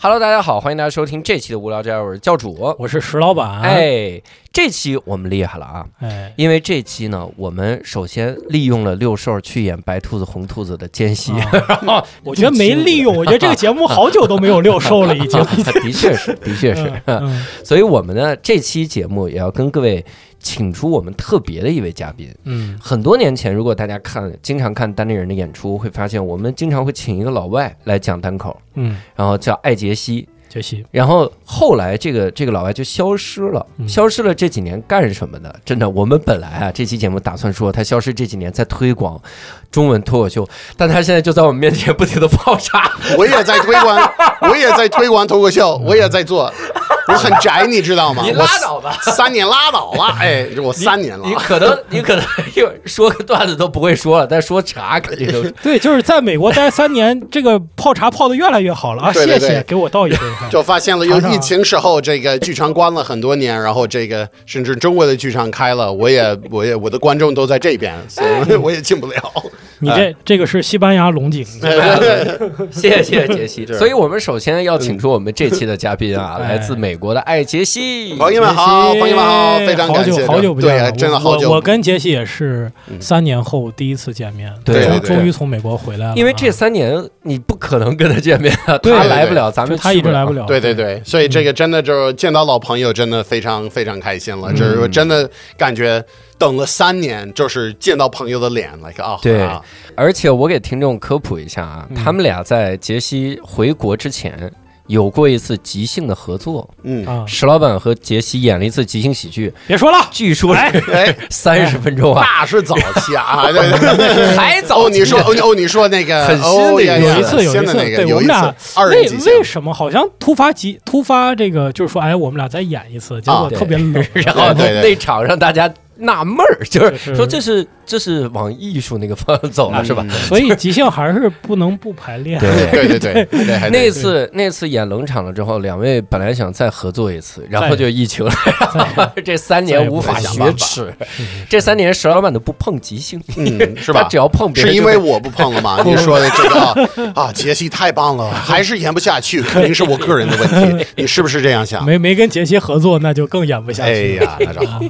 Hello，大家好，欢迎大家收听这期的无聊斋，我是教主。我是石老板。啊哎，这期我们厉害了啊！哎，因为这期呢，我们首先利用了六兽去演白兔子、红兔子的间隙， 啊我觉得没利用，我觉得这个节目好久都没有六兽了，已 经。啊的确 是，的确是。嗯所以我们呢，这期节目也要跟各位请出我们特别的一位嘉宾。嗯，很多年前，如果大家看经常看单立人的演出，会发现我们经常会请一个老外来讲单口，嗯，然后叫艾杰西。杰西，然后后来这个这个老外就消失了，嗯消失了这几年干什么呢？真的，我们本来啊这期节目打算说他消失这几年在推广中文脱口秀，但他现在就在我们面前不停的泡茶。我也在推 广，我也在推广脱口秀，我也在做，我很宅，你知道吗？你我拉倒吧，三年拉倒了，哎，我三年了 你，可能你可能一会儿说个段子都不会说了，但说茶肯定 都对，就是在美国待三年，这个泡茶泡的越来越好了啊！对对谢对谢，给我倒一杯。 就发现了，有尝尝啊疫情时候，这个剧场关了很多年，然后这个甚至中国的剧场开了，我也我也我的观众都在这边，所 以我也进不了。你哎这这个是西班牙龙井，谢谢杰西。是所以我们首先要请出我们这期的嘉宾啊，嗯来自美国的艾杰西。 哎朋友们好，朋友们好，非常好感久谢，好久不见了，对，真的好久嗯我。我跟杰西也是三年后第一次见面，对终对对终于从美国回来了啊。因为这三年你不可能跟他见面啊，对他来不了，咱啊就们他去一直来不了。对对对，所以这嗯个真的就是见到老朋友，真的非常非常开心了。就是我真的感觉等了三年，就是见到朋友的脸，like 啊，对啊而且我给听众科普一下啊，他们俩在杰西回国之前有过一次即兴的合作，嗯，啊，石老板和杰西演了一次即兴喜剧，别说了，据说哎是哎，三十分钟啊，那是早期 啊，对对对。还早哦，啊期你说哦你哦，你说那个很新的哦一个呀呀有一次，有新一的次，那个，对，有我一们俩次二人为即兴为什么好像突发急突发这个，就是说，哎，我们俩再演一次，结啊果对特 别冷。然后对对对那场让大家纳闷儿，就就是是说这是这是往艺术那个方向走了是吧？？ 所以即兴还是不能不排嗯练。对对对对，还那得次那次演冷场了之后，两位本来想再合作一次，然后就疫情了，这三年无法雪耻。这三年石老板都不碰即兴， 嗯是吧他只？要碰别人是就因为被我不碰了吗？你说的这个啊，啊，杰西太棒了，还是演不下去，肯定是我个人的问题。你是不是这样想？没没跟杰西合作，那就更演不下哎去了。呀，那就好。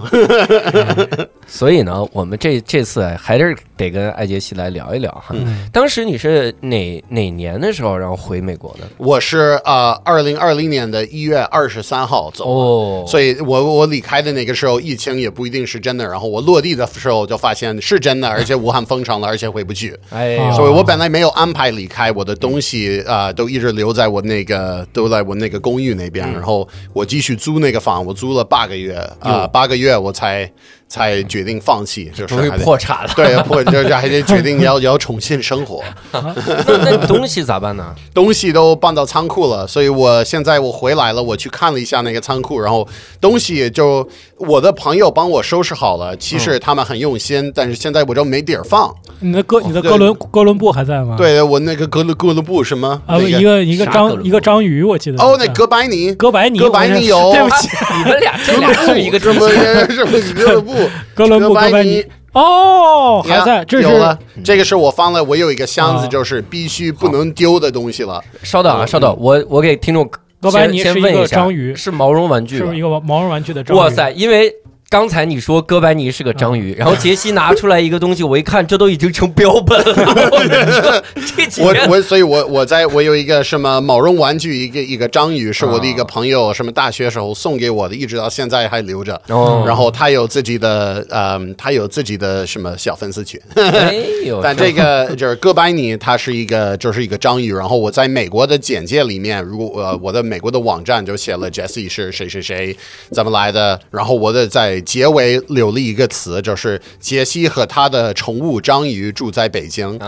所以呢，我们这这次啊还是得跟艾杰西来聊一聊哈。嗯当时你是哪哪年的时候然后回美国的？我是呃，二零二零年的一月二十三号走的。哦所以我我离开的那个时候，疫情也不一定是真的。然后我落地的时候就发现是真的，而且武汉封城了，而且回不去。哎啊所以我本来没有安排离开，我的东西啊、呃都一直留在我那个都在我那个公寓那边，嗯然后我继续租那个房，我租了八个月啊，八、个月我才才决定放弃，就是终于还得破产 了，对破就是还得决定要 要重新生活，那那东西咋办呢？东西都搬到仓库了，所以我现在我回来了，我去看了一下那个仓库，然后东西就我的朋友帮我收拾好了，其实他们很用心，但是现在我就没地儿放，你的哥，你的哦对哥伦哥伦布还在吗？对我那个哥伦哥伦布什么啊，那个一个一个啥哥伦章布一个章鱼，我记得哦，是那哥白尼，哥白尼，哥白尼有啊我对不 起， 你们俩 这俩是一个什么什么哥伦布，哥伦布哥白哥白尼哦，还在，呀这有是了。这个是我放了，我有一个箱子，啊就是必须不能丢的东西了。稍等啊，稍等，我我给听众嗯哥白尼先是先一问个下章鱼是毛绒玩具是吧不是一？个毛毛绒玩具的章鱼？嗯哇塞，因为。刚才你说哥白尼是个章鱼，然后杰西拿出来一个东西，我一看，这都已经成标本 了。我跟你说这几 我年我，所以我我在我有一个什么毛绒玩具，一个一个章鱼，是我的一啊个朋友，什么大学时候送给我的，一直到现在还留着。哦然后他有自己的，嗯，他有自己的什么小粉丝群。没有，但这个就是哥白尼，他是一个就是一个章鱼。然后我在美国的简介里面，如果呃我的美国的网站就写了 Jesse 是谁谁谁怎么来的，然后我的在结尾留了一个词，就是杰西和他的宠物章鱼住在北京。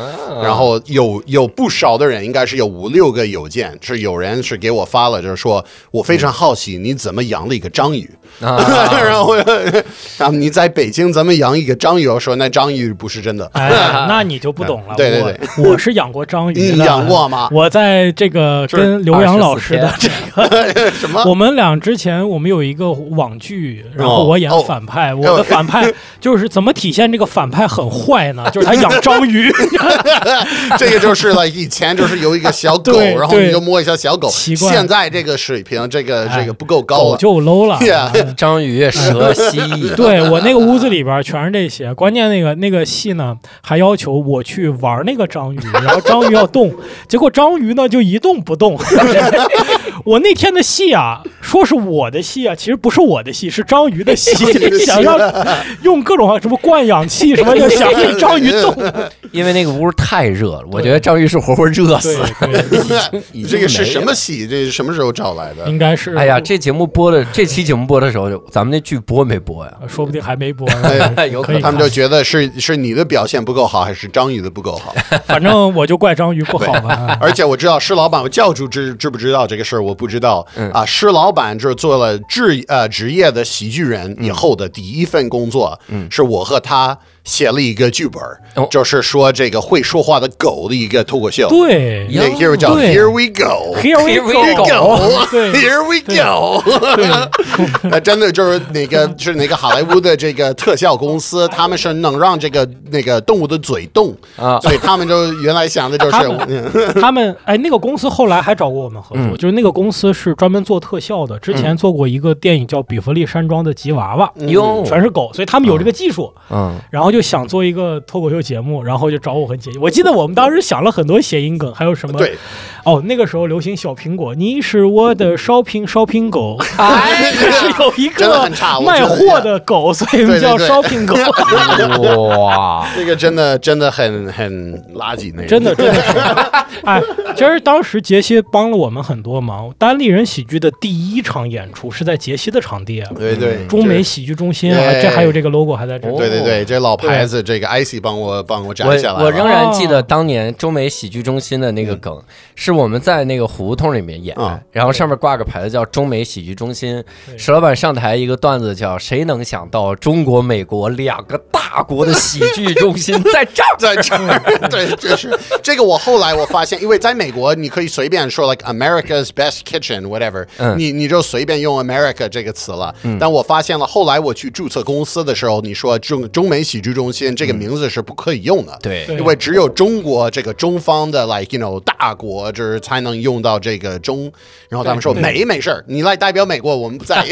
然后有有不少的人，应该是有五六个邮件，是有人是给我发了，就是说我非常好奇你怎么养了一个章鱼。啊 然后啊，你在北京咱们养一个章鱼，我说那章鱼不是真的，哎，那你就不懂了。 对对我 我是养过章鱼你的，养过吗？我在这个啊就是跟刘洋老师的24这个 什么，我们俩之前我们有一个网剧，哦然后我演反派，我的反 派就是怎么体现这个反派很坏呢？就是他养 章鱼， 这个就是了，以前就是有一个小狗，对然后你对就摸一下小狗。奇怪现在这个水平，这个哎这个不够高狗了。 就 low 了。 Yeah 章鱼、嗯蛇、蜥 蜴，对我那个屋子里边全是这些， 关键那个那个戏呢，还要求我去玩那个章鱼，然后章鱼要动， 结果章鱼呢就一动不动。 我那天的戏啊，说是我的戏啊，其实不是我的戏，是章鱼的 戏的，戏想让用各种什么灌氧气什么的，想让章鱼 动。因为那个屋太热了，我觉得章鱼是活活热死对的。对，已经这个是没了什么戏？这是什么时候找来的？应该是。啊哎呀，这节目播的这期节目播的时候，咱们那剧播没播呀？呃说不定还没播哎呢，有可可能以他看。们就觉得是是你的表现不够好，还是章鱼的不够 好？反正我就怪章鱼不好 吧。而且我知道施老板，我教主知知不知道这个事儿？我不知道嗯啊。施老板就是做了职呃职业的喜剧人嗯以后的第一份工作，是我和他写了一个剧本哦，就是说这个会说话的狗的一个脱口秀。对那个 hero 叫对 Here We Go。 ，Here Here we we go， go 对 Here we go，那 真的就是哪个是哪个好莱坞的这个特效公 司，他们是能让这个那个动物的嘴动 啊所以他们就原来想的就是他们嗯 他们哎，那个公司后来还找过我们合作，就是那个公司是专门做特效的，之嗯前做过一个电影叫《比弗利山庄的吉娃娃》，嗯哟，嗯全是狗，所以他们有这个技哦术，嗯，然后就想做一个脱口秀节目，然后就找我和杰。我记得我们当时想了很多谐音梗，还有什么对，哦，那个时候流行小苹果，你是我的烧瓶烧瓶 狗， 哎是有一真的个很差我觉卖得货的狗，所以对对叫对烧瓶狗。哇，这个真的真的很很垃圾那个，真的，真的是。 哎，其实当时杰西帮了我们很多忙。单立人喜剧的第一场演出是在杰西的场地，啊对嗯对，中美这。喜剧中心啊，对哦这还有这个 logo 还在这儿。对对对，这老牌子，这个 IC 帮我帮我我 摘下来了。我仍然记哦得当年中美喜剧中心的嗯那个梗，是我们在那个胡同里面演，嗯然后上面挂个牌子叫中美喜剧中心，对石老板上台一个段子叫“谁能想到中国、美国两个大国的喜剧中心在这儿在这儿，嗯对，这是这个。我后来我发现，因为在美国，你可以随便说 like America's best kitchen whatever，、嗯你你就随便用 America 这个词了。但我发现了，后来我去注册公司的时候，你说中中美喜剧中心这个名字是不可以用的， 对对因为只有中国这个中方的 like you know 大国，就是才能用到这个中。然后他们说对对美没事儿，你来代表美国，我们不 在意。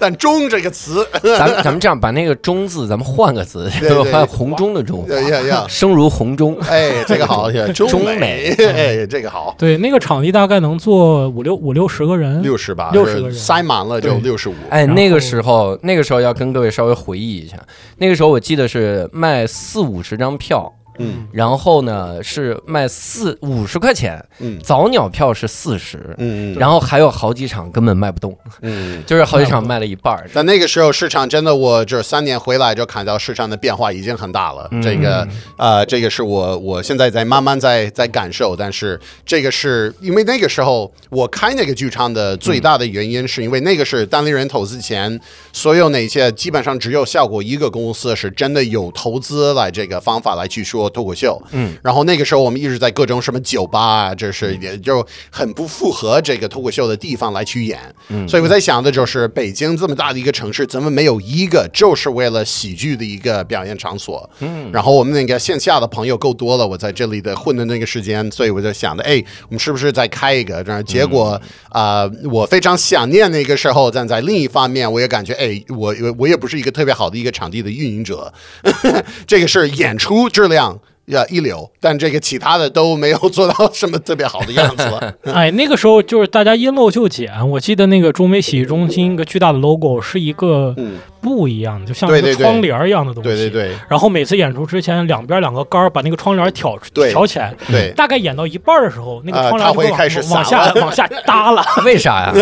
但中这个词，？”咱们咱们这样把那个“中”字，咱们换个字，对对换红中的“中呀呀呀”，，生如红钟。哎，这个好，中中美， 哎，这个好。对，那个场地大概能坐五六五六嗯十个人。六十吧， 60个人塞满了就对六十五。哎，然后那个时候，那个时候要跟各位稍微回忆一下，那个时候我记得是卖四五十张票，嗯然后呢是卖四五十块钱，嗯早鸟票是四十，嗯嗯然后还有好几场根本卖不动，嗯。就是好几场卖了一半儿。但那个时候市场真的，我这三年回来就看到市场的变化已经很大了。这个呃，这个是我我现在在慢慢在在感受，但是这个是因为那个时候我开那个剧场的最大的原因，是因为那个是单立人投资前，所有那些基本上只有效果一个公司是真的有投资来这个方法来去说脱口秀。嗯，然后那个时候我们一直在各种什么酒吧啊，这是也就很不符合这个脱口秀的地方来去演。嗯，所以我在想的就是，北京这么大的一个城市，怎么没有一个就是为了喜剧的一个表演场所？嗯，然后我们那个线下的朋友够多了，我在这里的混的那个时间，所以我就想的，哎，我们是不是再开一个？然后结果啊、呃我非常想念那个时候，但在另一方面，我也感觉，哎，我我我也不是一个特别好的一个场地的运营者， 这个是演出质量。呀，一流，但这个其他的都没有做到什么特别好的样子 了。哎，那个时候就是大家因陋就简。我记得那个中美喜剧中心一个巨大的 logo 是一个嗯，布一样的，就像对一个对对窗帘儿一样的东西。对对。对然后每次演出之前，两边两个杆儿把那个窗帘儿挑对挑起来，对，大概演到一半儿的时候，那个呃窗帘它就会会往开始散往下了 往下耷拉，为啥呀？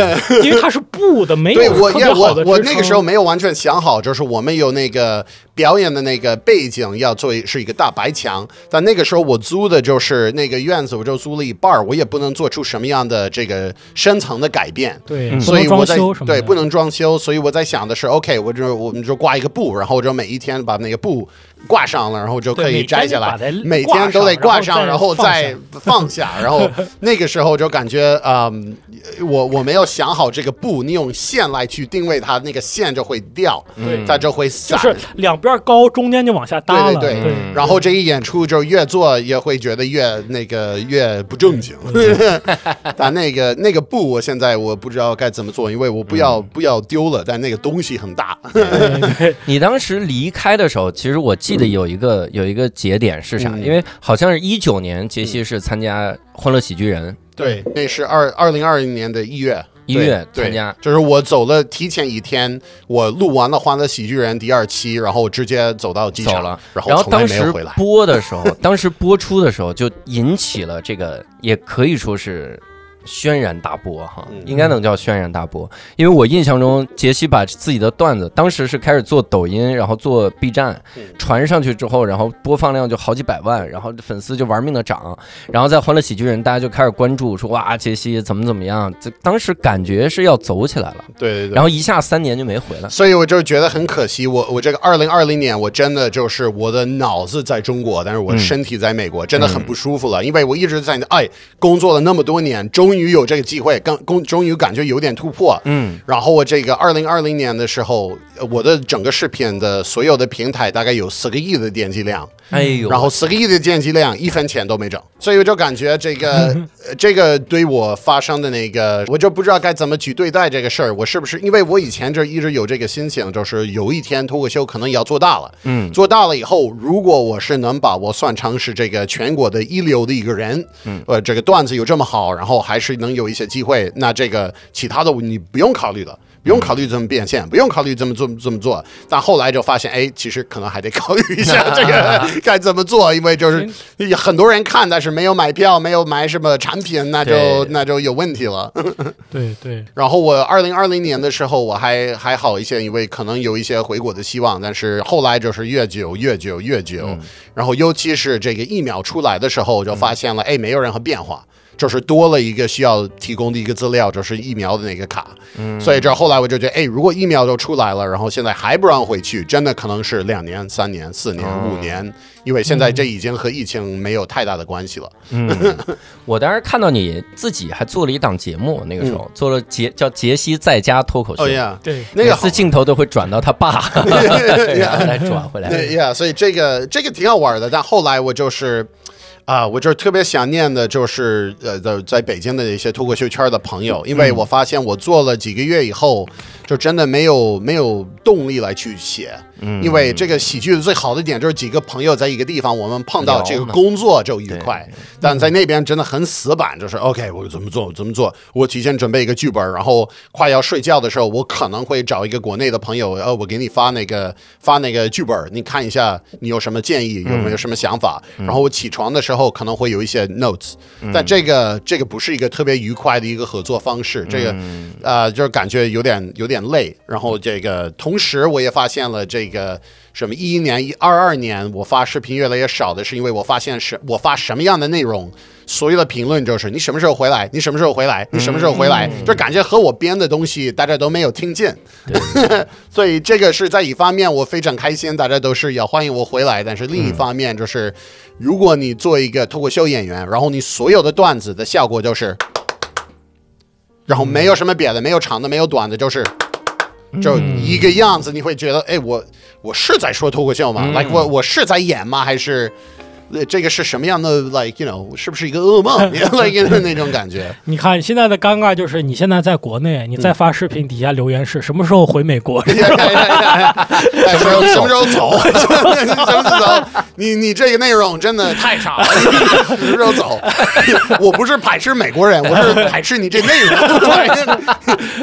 因为它是布的，没对有我特也别我好的我支那个撑时候没有完全想好，就是我们有那个表演的那个背景要做是一个大白墙，但那个时候我租的就是那个院子，我就租了一半儿，我也不能做出什么样的这个深层的改变。对，嗯不所能以我装在修什么对的不能装修，所以我在想的是，OK，我就我们就挂一个布，然后我就每一天把那个布挂上了，然后就可以摘下来对，每每天天就都把它挂得挂上上，然然后后再再放下，然后那个时候就感觉，嗯，我我没有想好这个布，你用线来去定位它，那个线就会掉，嗯它就会散就。是两边高，中间就往下搭对了。对嗯对然后这一演出就越做越会觉得越那个越不正经， 但那个那个布我现在我不知道该怎么做，因为我不要、不要丢了，但那个东西很大，你当时离开的时候，其实我记得有一个、有一个节点是啥？嗯因为好像是一九年，杰西是参加《欢乐喜剧人对，那是二二零二零年的一月。一月对参加对就是我走了提前一天，我录完了《欢乐喜剧人》第二期，然后我直接走到机》，走场了。然然后后从来当没时有回来。播的 时候，当时播出的时候就引起了这个，也可以说是轩然大波哈嗯，应该能叫轩然大波。因为我印象中，杰西把自己的段子，当时是开始做抖音，然后做 B 站嗯，传上去之后，然后播放量就好几百万，然后粉丝就玩命的涨，然后在《欢乐喜剧人》，大家就开始关注，说哇，杰西怎么怎么样，这当时感觉是要走起来了，对对对然。后一下三年就没回来。所以我就觉得很可惜，我我这个二零二零年，我真的就是我的脑子在中国，但是我嗯的身体在美国，真的很不舒服了。因为我一直在哎工作了那么多年，终于有这个机会，刚工终于感觉有点突破。嗯，然后我这个二零二零年的时候，呃我的整个视频的所有的平台大概有四个亿的点击量，哎呦，然后四个亿的点击量一分钱都没挣，所以我就感觉这个、呃这个对我发生的那个，我就不知道该怎么去对待这个事儿。我是不是因为我以前就一直有这个心情，就是有一天脱口秀可能也要做大了。嗯做大了以后，如果我是能把我算成是这个全国的一流的一个人，嗯，呃，这个段子有这么好，然后还是能有一些机会，那这个其他的你不用考虑了。不用考虑怎么变现，不用考虑怎么做怎么做，但后来就发现，哎，其实可能还得考虑一下这个该怎么做，因为就是很多人看，但是没有买票，没有买什么产品，那就对那就有问题了。对对，然后我二零二零年的时候，我还还好一些，因为可能有一些回国的希望，但是后来就是越久越久越久，然后尤其是这个疫苗出来的时候，我就发现了，哎，没有任何变化。就是多了一个需要提供的一个资料，就是疫苗的那个卡，嗯、所以这后来我就觉得，哎，如果疫苗都出来了，然后现在还不让回去，真的可能是两年、三年、四年、五年，因为现在这已经和疫情没有太大的关系了。嗯，我当时看到你自己还做了一档节目，那个时候、做了杰叫杰西在家脱口秀，嗯哦呀，对，那个每好次镜头都会转到他 爸，然后再转回来。对呀所以这个这个挺好玩的。但后来我就是，啊、我就是特别想念的，就是呃，在在北京的一些脱口秀圈的朋友，因为嗯我发现我做了几个月以后，就真的没有没有动力来去写，嗯因为这个喜剧最好的点就是几个朋友在一个地方，我们碰到聊这个嘛工作就愉快。但在那边真的很死板，就是 OK，我怎么做怎么做，我提前准备一个剧本，然后快要睡觉的时候，我可能会找一个国内的朋友，呃，我给你发那个发那个剧本，你看一下你有什么建议，有没有什么想法。然后我起床的时候可能会有一些 notes，、但这个这个不是一个特别愉快的一个合作方式，这个、呃就是感觉有点有点累。然后这个同时我也发现了这个。什么一一年、一二二年，我发视频越来越少的是因为我发现是我发什么样的内容，所有的评论就是你什么时候回来，你什么时候回来，你什么时候回来，就感觉和我编的东西大家都没有听见。 所以这个是在一方面我非常开心，大家都是要欢迎我回来，但是另一方面就是，如果你做一个脱口秀演员，然后你所有的段子的效果就是，然后没有什么别的，没有长的，没有短的，就是。就一个样子，你会觉得，哎，我我是在说脱口秀吗、嗯 l i k e 我我是在演吗？还是呃这个是什么样的？Like you know，是不是一个噩梦？Like you know, 那种感觉。你看现在的尴尬就是，你现在在国内，你再嗯发视频底下留言是什么时候回美国？哎呀哎呀哎呀哎什么时候什么时候走？什么时候走？你你这个内容真的太傻了！什么时候走？我不是排斥美国人，我是排斥你这内容。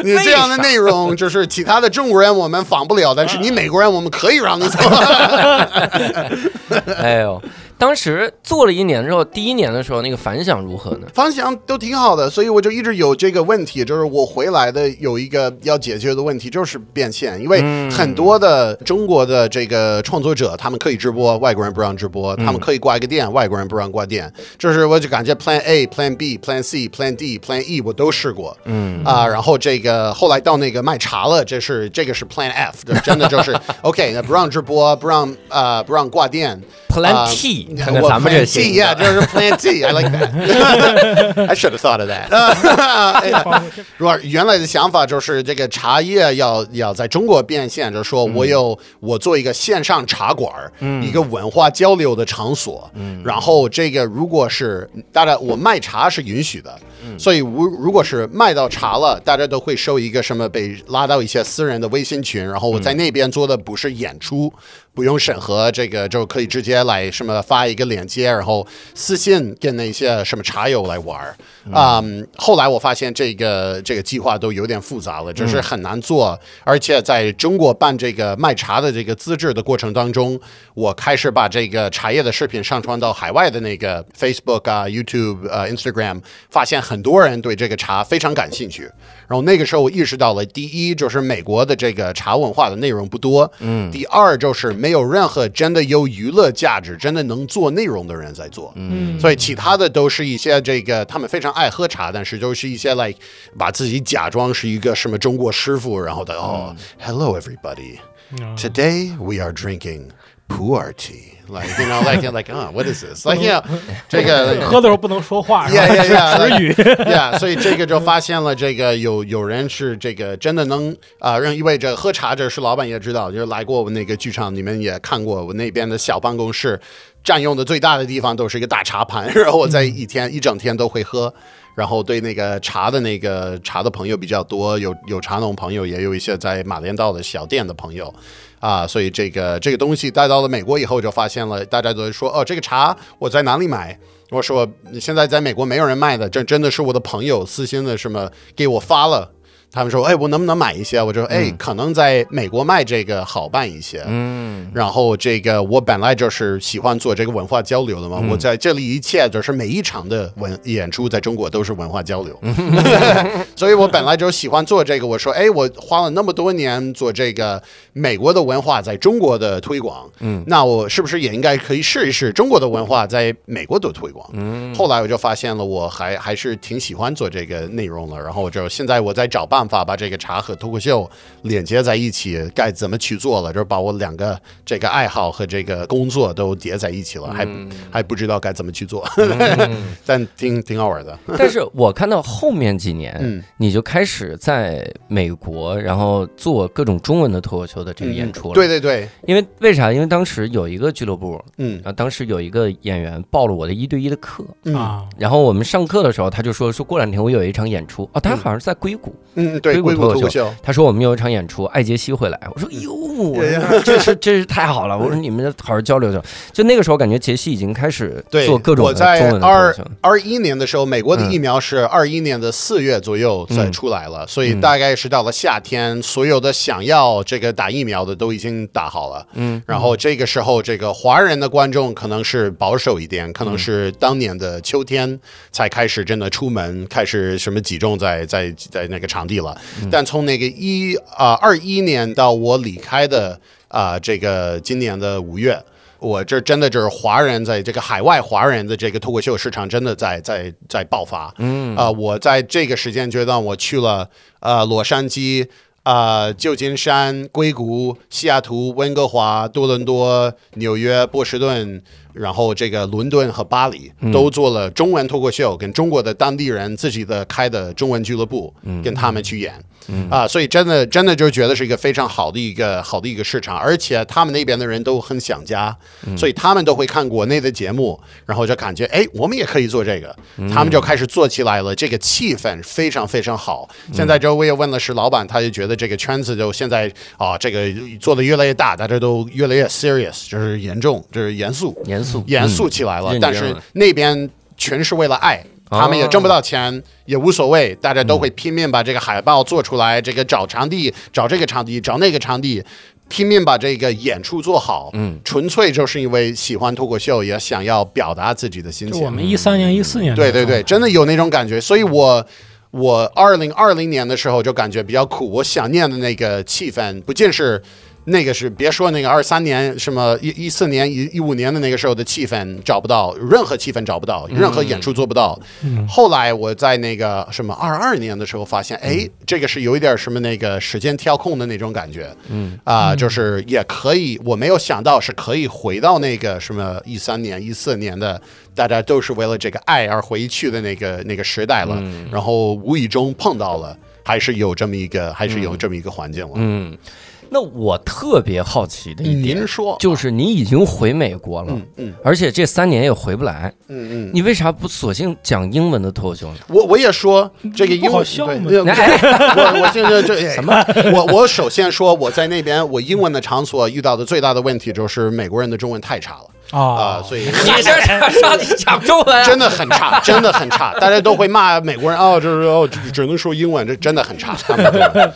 你这样的内容就是其他的中国人我们仿不了，但是你美国人我们可以让你走。哎呦，当时做了一年之后，第一年的时候那个反响如何呢？方向都挺好的，所以我就一直有这个问题，就是我回来的有一个要解决的问题就是变现，因为嗯很多的中国的这个创作者，他们可以直播，外国人不让直播；他们可以挂一个店，外国人不让挂店。就是我就感觉 Plan A、Plan B、Plan C、Plan D、Plan E 我都试过，嗯啊，然后这个后来到那个卖茶了，这是这个是 Plan F，这真的就是 OK，那不让直播，不让呃不让挂店 Plan 啊 T，我看看咱们这 Plan 些 T yeah，就是 Plan T，I like that 。I should have thought of that 哎呀。如果原来的想法就是这个茶叶要要在中国变现，就是说我有、我做一个线上茶馆儿，一个文化交流的场所。然后这个如果是大家我卖茶是允许的，所以如如果是卖到茶了，大家都会收一个什么被拉到一些私人的微信群，然后我在那边做的不是演出，不用审核，这个就可以直接来什么发一个链接，然后私信跟那些什么茶友来玩儿。嗯，后来我发现这个这个计划都有点复杂了，就是很难做，而且在中国办这个卖茶的这个资质的过程当中，我开始把这个茶叶的视频上传到海外的那个 Facebook 啊、YouTube 啊、Instagram，发现很多人对这个茶非常感兴趣。然后那个时候我意识到了，第一就是美国的这个茶文化的内容不多，嗯，第二就是没有任何真的有娱乐价值、真的能做内容的人在做，嗯，所以其他的都是一些这个他们非常爱喝茶，但是就是一些 like 把自己假装是一个什么中国师傅，然后的哦、h e l l o everybody。Today 嗯 we are drinking pu'er tea. Like you know, like like uh, what is this? Like yeah, 这个喝的时候不能说话，是 yeah 吧？ yeah yeah 止 like, 语。 yeah，所以这个就发现了，这个有有人是这个真的能啊、让因为这喝茶这是老板也知道，就是来过我那个剧场，你们也看过我那边的小办公室，占用的最大的地方都是一个大茶盘， 然后我在嗯一天、一整天都会喝。然后对那个茶的那个茶的朋友比较多，有有茶农朋友，也有一些在马连道的小店的朋友，啊，所以这个这个东西带到了美国以后，就发现了大家都说哦，这个茶我在哪里买？我说现在在美国没有人卖的，这真的是我的朋友私信的什么给我发了。他们说：“哎，我能不能买一些？”我就说：“哎，可能在美国卖这个好办一些。”嗯，然后这个我本来就是喜欢做这个文化交流的嘛，我在这里一切就是每一场的文演出在中国都是文化交流， 所以我本来就喜欢做这个。我说：“哎，我花了那么多年做这个美国的文化在中国的推广，嗯，那我是不是也应该可以试一试中国的文化在美国的推广？”嗯，后来我就发现了，我还还是挺喜欢做这个内容了。然后我就现在我在找办法把这个茶和脱口秀连接在一起，该怎么去做了？就是把我两个这个爱好和这个工作都叠在一起了， 还还不知道该怎么去做， 但挺挺好玩的。嗯但是我看到后面几年，嗯你就开始在美国，然后做各种中文的脱口秀的这个演出了。嗯对，对对，因为为啥？因为当时有一个俱乐部，嗯然后当时有一个演员报了我的一对一的课，嗯啊，然后我们上课的时候，他就说说过两天我有一场演出，哦，他好像是在硅谷，嗯，对，硅硅谷谷脱口脱口秀，他说我们有一场演出，艾杰西会来。我说嗯哟，我说这是这是太好了。我说你们好好交流交流。就那个时候，感觉杰西已经开始对，做各种我的中在文的脱二口秀。二一年的时候，美国的嗯疫苗是二一年的四月左右才出来了，所嗯以大概是到了夏天，所有的想要这个打疫苗的都已经打好了。嗯，然后这个时候，这个华人的观众可能是保守一点，可能是当年的秋天才开始真的出门，开始什么集中在在在那个场地了。但从那个一啊二一年到我离开的啊、这个今年的五月。我这真的就是华人在这个海外华人的这个脱口秀市场真的在在在爆发。嗯啊、我在这个时间阶段，我去了呃洛杉矶、啊旧金山、硅谷、西雅图、温哥华、多伦多、纽约、波士顿，然后这个伦敦和巴黎都做了中文脱口秀，跟中国的当地人自己的开的中文俱乐部，跟他们去演。啊，所以真的真的就觉得是一个非常好的一个好的一个市场，而且他们那边的人都很想家，所以他们都会看国内的节目，然后就感觉哎，我们也可以做这个，他们就开始做起来了，这个气氛非常非常好。现在周我也问了石老板，他就觉得这个圈子就现在啊，这个做的越来越大，大家都越来越 serious，就是严重，就是严肃，严肃，嗯嗯严肃起来了，认真但是了那边全是为了爱。哦他们也挣不到钱，也无所谓，大家都会拼命把这个海报做出来，这个找场地，找这个场地，找那个场地，拼命把这个演出做好，嗯，纯粹就是因为喜欢脱口秀，也想要表达自己的心就情我。们一三年、一四年，嗯对对对，，真的有那种感觉。所以我我二零二零年的时候就感觉比较苦，我想念的那个气氛，不仅是那个是别说那个二三年什么一一四年一一五年的那个时候的气氛找不到，任何气氛找不到，任何演出做不到。嗯后来我在那个什么二二年的时候发现，哎，这个是有一点什么那个时间调控的那种感觉，嗯啊、就是也可以，我没有想到是可以回到那个什么一三年、一四年的，大家都是为了这个爱而回去的那个那个时代了，然后无意中碰到了，还是有这么一个，还是有这么一个环境了。嗯，那我特别好奇的一点您，说，就是你已经回美国了，哦嗯嗯而且这三年也回不来，嗯嗯，你为啥不索性讲英文的脱口秀呢？我我也说这个不英好文笑对对吗哎我我现在这什么？我我首先说，我在那边我英文的场所遇到的最大的问题就是美国人的中文太差了啊、啊，所以你这 上去讲中文、啊真的很差，真的很差，大家都会骂美国人哦，就是哦，只只能说英文，这真的很差。他们的中文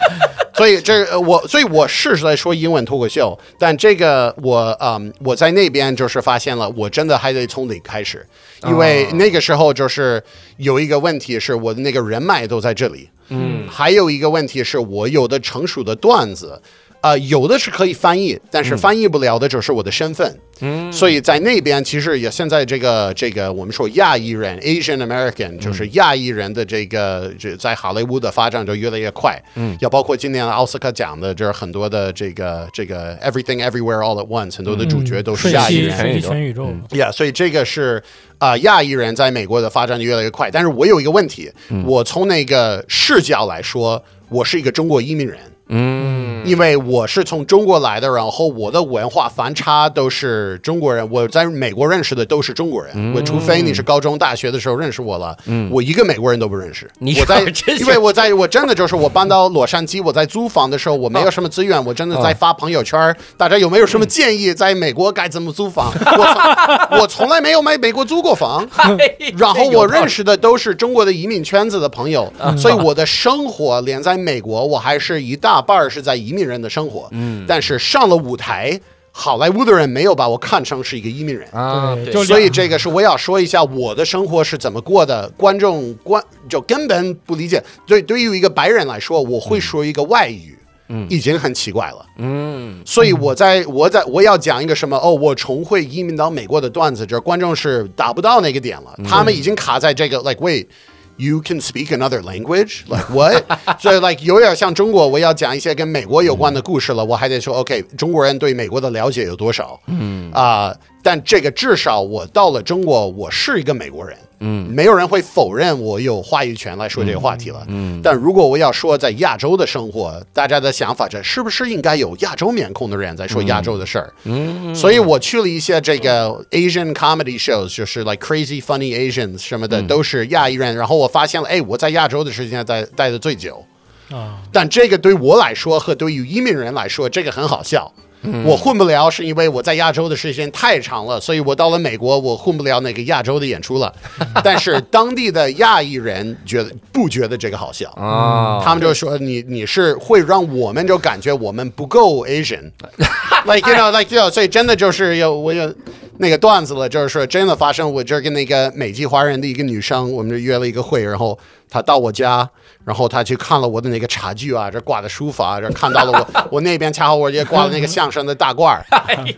所以这呃我，所以我是在说英文脱口秀，但这个我嗯，我在那边就是发现了，我真的还得从零开始，因为那个时候就是有一个问题是我的那个人脉都在这里，嗯，还有一个问题是我有的成熟的段子。呃，有的是可以翻译，但是翻译不了的就是我的身份。嗯，所以在那边其实也现在这个这个我们说亚裔人 （Asian American） 就是亚裔人的这个这在好莱坞的发展就越来越快。嗯，要包括今年的奥斯卡奖的，就是很多的这个这个 Everything Everywhere All at Once，很多的主角都是嗯瞬亚裔息人。嗯瞬息全宇宙，呀，所以这个是啊、呃亚裔人在美国的发展的越来越快。但是我有一个问题，我从那个视角来说，我是一个中国移民人，嗯，因为我是从中国来的，然后我的文化反差都是中国人。我在美国认识的都是中国人，嗯我除非你是高中、大学的时候认识我了，我一个美国人都不认识。你我在真，是因为我在我真的就是我搬到洛杉矶，我在租房的时候，我没有什么资源，我真的在发朋友圈儿，大家有没有什么建议，在美国该怎么租房？我从我 从来没有买美国租过房。嗯然后我认识的都是中国的移民圈子的朋友，所以我的生活连在美国，我还是一大半儿是在移民人的生活。嗯，但是上了舞台，好莱坞的人没有把我看成是一个移民人。啊，对对就所以这个是我要说一下我的生活是怎么过的，观众观就根本不理解。对，对于一个白人来说，我会说一个外语，嗯，已经很奇怪了。嗯，所以我在我在我要讲一个什么哦，我重会移民到美国的段子，这观众是达不到那个点了，他们已经卡在这个 like wait。You can speak another language, like what? 所以 like 有点像中国，我要讲一些跟美国有关的故事了，我还得说 OK，中国人对美国的了解有多少？嗯啊、但这个至少我到了中国，我是一个美国人，嗯，没有人会否认我有话语权来说这个话题了，嗯。但如果我要说在亚洲的生活，大家的想法这是不是应该有亚洲面孔的人在说亚洲的事儿？嗯，所以我去了一些这个 Asian comedy shows，就是 like crazy funny Asians 什么的，都是亚裔人。然后我发现了，哎，我在亚洲的时间待待的最久，啊，但这个对我来说和对于移民人来说，这个很好笑。我混不了，是因为我在亚洲的时间太长了，所以我到了美国，我混不了那个亚洲的演出了。但是当地的亚裔人觉得不觉得这个好笑？啊，他们就说你你是会让我们就感觉我们不够 Asian，like you know like you know，所以真的就是有我有那个段子了，就是说真的发生，我就是跟那个美籍华人的一个女生，我们就约了一个会，然后她到我家，然后她去看了我的那个茶具啊，这挂的书法、啊，这看到了我我那边恰好我也挂了那个相声的大褂儿，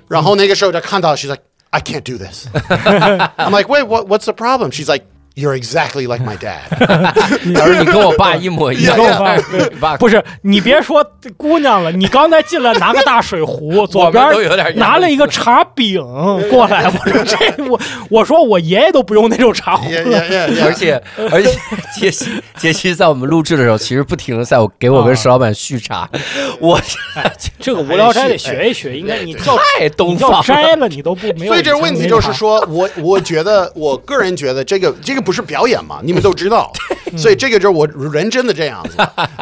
然后那个时候就看到 she's like I can't do this，I'm like wait what what's the problem? She's like you're exactly like my dad。他说你跟我爸一模一 样，你跟我爸 对你爸 不是你别说姑娘了，你刚才进来拿个大 水壶，左边我们都有点压拿了一个茶饼过来，我说这我我说我爷爷都不用那种茶壶 Yeah, yeah, yeah, yeah. 而且而且杰西杰西在我们录制的时候，其实不停的在我给我跟石老板续茶，我这个无聊斋得学一学，应该你叫太东你叫方了。斋了，你都不没有。哎所以这个问题就是说，我我觉得，我个人觉得这个这个不是表演嘛，你们都知道，所以这个就是我人真的这样子。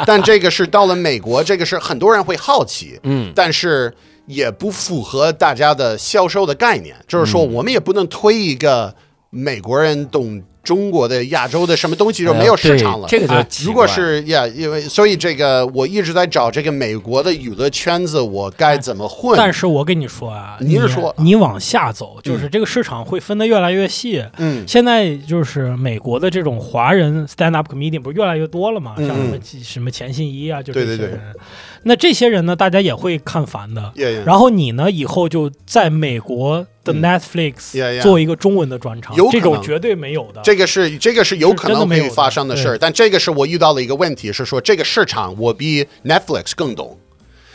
但这个是到了美国，这个是很多人会好奇，嗯，但是也不符合大家的销售的概念，就是说我们也不能推一个美国人懂中国的、亚洲的什么东西就没有市场了。这个就哎奇怪如果是呀，因为所以这个我一直在找这个美国的娱乐圈子，我该怎么混？但是我跟你说啊，你你是说你往下走，就是这个市场会分得越来越细。嗯现在就是美国的这种华人 stand up comedian 不是越来越多了嘛？嗯像什么什么钱信一啊，就对这些对对人。那这些人呢，大家也会看烦的。 ，yeah, yeah 然后你呢，以后就在美国的嗯 Yeah, Netflix yeah 做一个中文的专场有，可这能种绝对没有的。这个是这个是有可啊是真的能没可有以发生的事儿，对但这个是我遇到了一个问题，是说这个市场我比 Netflix 更懂，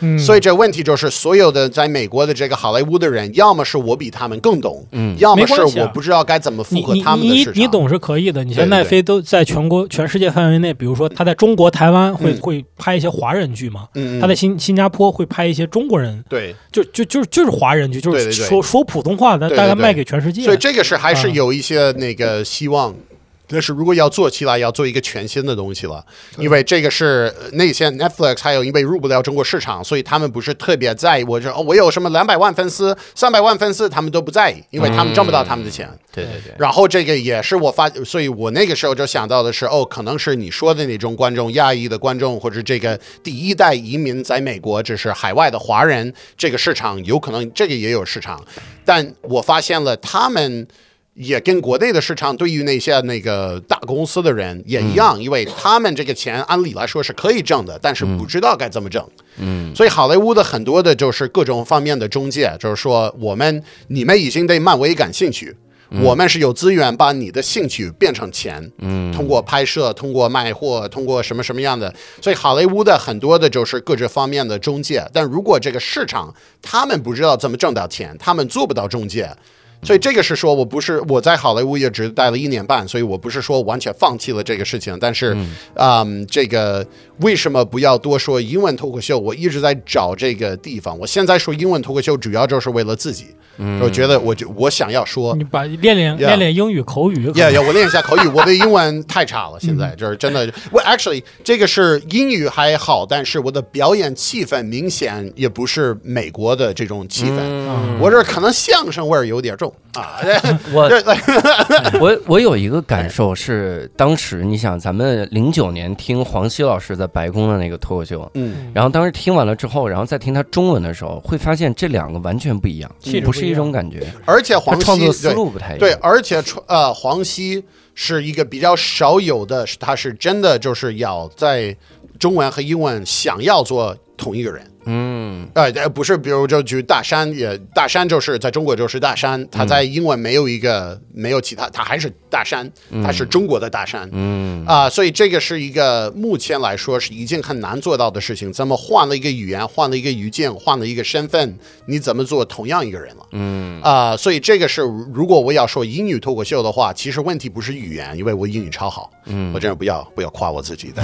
嗯所以这问题就是所有的在美国的这个好莱坞的人，要么是我比他们更懂，嗯要么没是关系啊我不知道该怎么符你合你他们的你市场。你懂是可以的。你对像对奈飞都在全国、全世界范围内，比如说他在中国台湾会、会拍一些华人剧嘛，嗯？嗯，他在新新加坡会拍一些中国人，对，就就就是就是华人剧，就对是对对说说普通话的，对对大概对卖给全世界。所以这个是还是嗯有一些那个希望。但是如果要做起来，要做一个全新的东西了，因为这个是呃那些 Netflix 还有因为入不了中国市场，所以他们不是特别在意。我说哦，我有什么两百万粉丝、三百万粉丝，他们都不在意，因为嗯他们挣不到他们的钱。对对对，然后这个也是我发，所以我那个时候就想到的是，哦，可能是你说的那种观众，亚裔的观众，或者这个第一代移民在美国，只是海外的华人，这个市场有可能这个也有市场，但我发现了他们。也跟国内的市场，对于那些那个大公司的人也一样，因为他们这个钱按理来说是可以挣的，但是不知道该怎么挣。所以好莱坞的很多的就是各种方面的中介，就是说我们你们已经对漫威感兴趣。我们是有资源把你的兴趣变成钱，嗯，通过拍摄，通过卖货，通过什么什么样的，所以好莱坞的很多的就是各这方面的中介。但如果这个市场他们不知道怎么挣到钱，他们做不到中介，所以这个是说我不是我在好莱坞也只待了一年半，所以我不是说完全放弃了这个事情，但是，嗯，这个为什么不要多说英文脱口秀？我一直在找这个地方。我现在说英文脱口秀主要就是为了自己，我觉得我就我想要说你。把练练 Yeah 练练英语口语可能，呀呀，我练一下口语，我的英文太差了，现在就是真的。我 actually 这个是英语还好，但是我的表演气氛明显也不是美国的这种气氛，我这可能相声味儿有点重啊。 我这我我有一个感受是，当时你想，咱们零九年听黄西老师在白宫的那个脱口秀，嗯，然后当时听完了之后，然后再听他中文的时候，会发现这两个完全不一样气，质不不一是一样种感觉，而且他黄创作西思路不太一样。对，而且川呃，黄西是一个比较少有的，是他是真的就是要在中文和英文想要做同一个人。嗯，呃，呃不是，比如就举大山也，大山就是在中国就是大山，他在嗯英文没有一个、没有其他，他还是大山，他是中国的大山，嗯啊、所以这个是一个目前来说是一件很难做到的事情。怎么换了一个语言，换了一个语境，换了一个身份，你怎么做同样一个人了？嗯啊、所以这个是如果我要说英语脱口秀的话，其实问题不是语言，因为我英语超好，嗯，我真的不要不要夸我自己 的，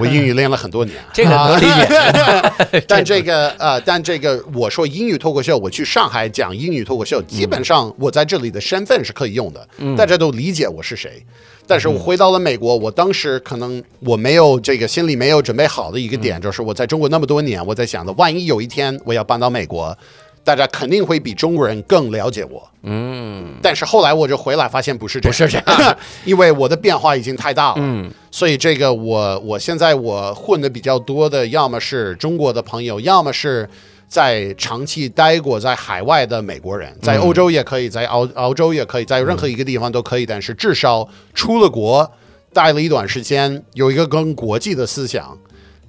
我英语练了很多年，啊这个能理 解。但这个呃，但这个我说英语脱口秀，我去上海讲英语脱口秀，基本上我在这里的身份是可以用的，嗯大家都理解我是谁。但是我回到了美国，我当时可能我没有这个心里没有准备好的一个点，嗯就是我在中国那么多年，我在想的，万一有一天我要搬到美国，大家肯定会比中国人更了解我。嗯，但是后来我就回来发现不是这样，不是这样， 因为我的变化已经太大了。嗯，所以这个我我现在我混的比较多的，要么是中国的朋友，要么是。在长期待过在海外的美国人，在欧洲也可以，在澳澳洲也可以，在任何一个地方都可以，但是至少出了国，待了一段时间，有一个跟国际的思想，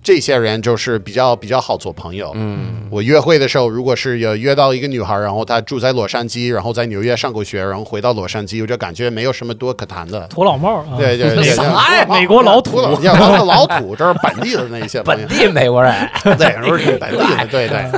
这些人就是比较比较好做朋友。嗯，我约会的时候，如果是有约到一个女孩，然后她住在洛杉矶，然后在纽约上过学，然后回到洛杉矶，我就感觉没有什么多可谈的。土老帽啊，对 对对对，啥呀美国老土老，要不是老土，这是本地的那些朋本友，地美国人，对，都是本地的，对 对。啊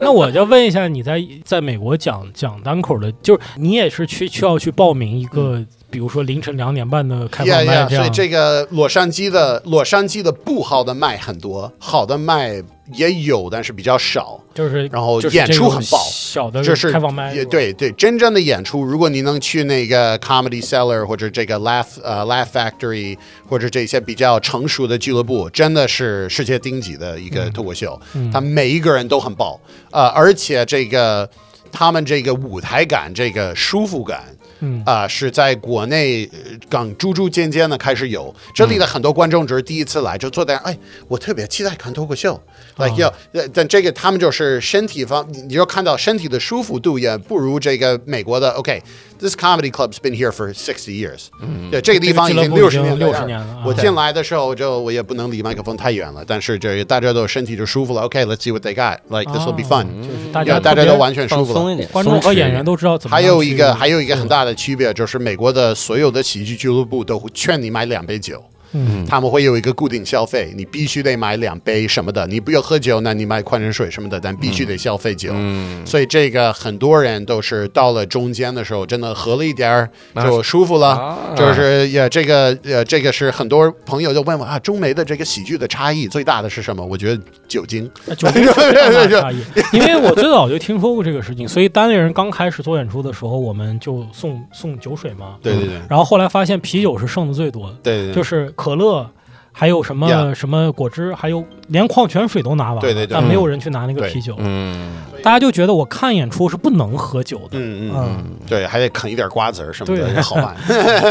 那我就问一下，你在在美国讲讲单口的，就是你也是去需要去报名一个，比如说凌晨两点半的开呀放麦嗯呀，这所以样。这个洛杉矶的洛杉矶的不好的麦很多，好的麦也有，但是比较少。就是然后就是演这出种很爆小的这是开放麦也是吧，对对，真正的演出，如果你能去那个 Comedy Cellar 或者这个 Laugh 呃 Laugh Factory 或者这些比较成熟的俱乐部，真的是世界顶级的一个脱口秀，他每一个人都很爆，呃，而且这个他们这个舞台感、这个舒服感，嗯啊、是在国内呃刚逐逐渐渐的开始有。这里的很多观众只是第一次来，就坐在那哎，我特别期待看脱口秀，like 要、呃但这个他们就是身体方，你你就看到身体的舒服度也不如这个美国的。OK，this、comedy club's been here for sixty years，、对这个地方已这个经俱乐部六已十经年60年了啊我进来的时候就我也不能离麦克风太远了，但是这大家都身体就舒服了。OK，let's、see what they got，like this will be 哦 fun，、大要家大特家别都完全舒放服了。松一点，观众和松弛演点员都知道怎么还样去。有一个还有一个很大的区别就是，美国的所有的喜剧俱乐部都会劝你买两杯酒，嗯他们会有一个固定消费，你必须得买两杯什么的，你不要喝酒，那你买矿泉水什么的，但必须得消费酒。嗯，所以这个很多人都是到了中间的时候，真的喝了一点儿那就舒服了。啊就是也这个呃，这个是很多朋友就问我啊，中美的这个喜剧的差异最大的是什么？我觉得酒精，啊酒精是大大的差异，因为我最早就听说过这个事情，所以单立人刚开始做演出的时候，我们就送送酒水嘛。对对对然后后来发现啤酒是剩的最多的，对对，就是是可乐，还有什么嗯 Yeah 什么果汁，还有连矿泉水都拿完了，对对对但没有人去拿那个啤酒，嗯，大家就觉得我看演出是不能喝酒的。嗯嗯嗯，嗯，对，还得啃一点瓜子儿什么对的，好 办。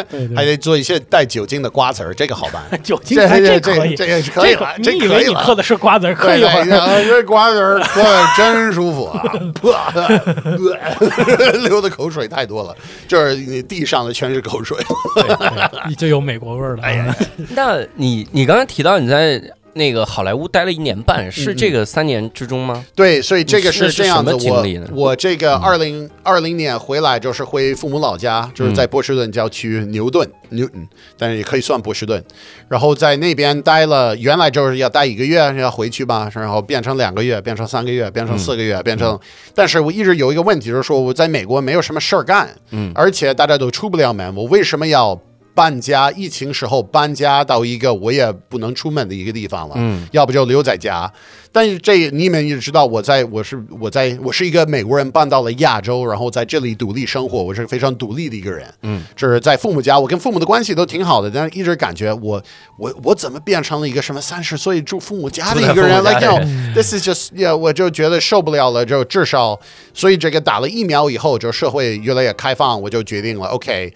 对还对，得做一些带酒精的瓜子儿，这个好办。 酒 精这哎这可以，这个可以这了个，这你以可为以你喝了。的是瓜子儿，喝对一会对，儿。然后这瓜子 儿喝着真舒服啊！ 不， 流的口水太多了，就是你地上的全是口水。对就有美国味儿了。哎呀，那你你刚才提到你在那个好莱坞待了一年嗯半，是这个三年之中吗？对，所以这个你是这样的。是什么我经历呢嗯我这个二零二零年回来就是回父母老家，就是在波士顿郊区牛顿 Newton，但是也可以算波士顿。然后在那边待了，原来就是要待一个月要回去吧，然后变成两个月，变成三个月，变成嗯四个月，变成。但是我一直有一个问题，就是说我在美国没有什么事儿干，嗯而且大家都出不了门，我为什么要？搬家，疫情时候搬家到一个我也不能出门的一个地方了，嗯，要不就留在家。但是这你们也知道，我在我是我在我是一个美国人搬到了亚洲，然后在这里独立生活，我是非常独立的一个人。嗯，就是在父母家，我跟父母的关系都挺好的，但是一直感觉我我我怎么变成了一个什么三十岁住父母家的一个人 住在？Like 父母家 you 的 know, this is just yeah，我就觉得受不了了，就至少所以这个打了疫苗以后，就社会越来越开放，我就决定了，OK。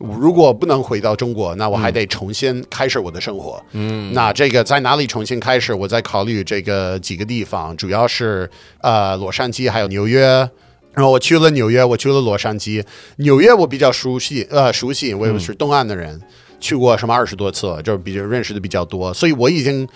如果不能回到中国，那我还得重新开始我的生活。那这个在哪里重新开始？我在考虑这个几个地方，主要是呃洛杉矶还有纽约。然后我去了纽约，我去了洛杉矶。纽约我比较熟悉，呃，熟悉，我也是东岸的人，去过什么二十多次了，就是比较认识的比较多，所以我已经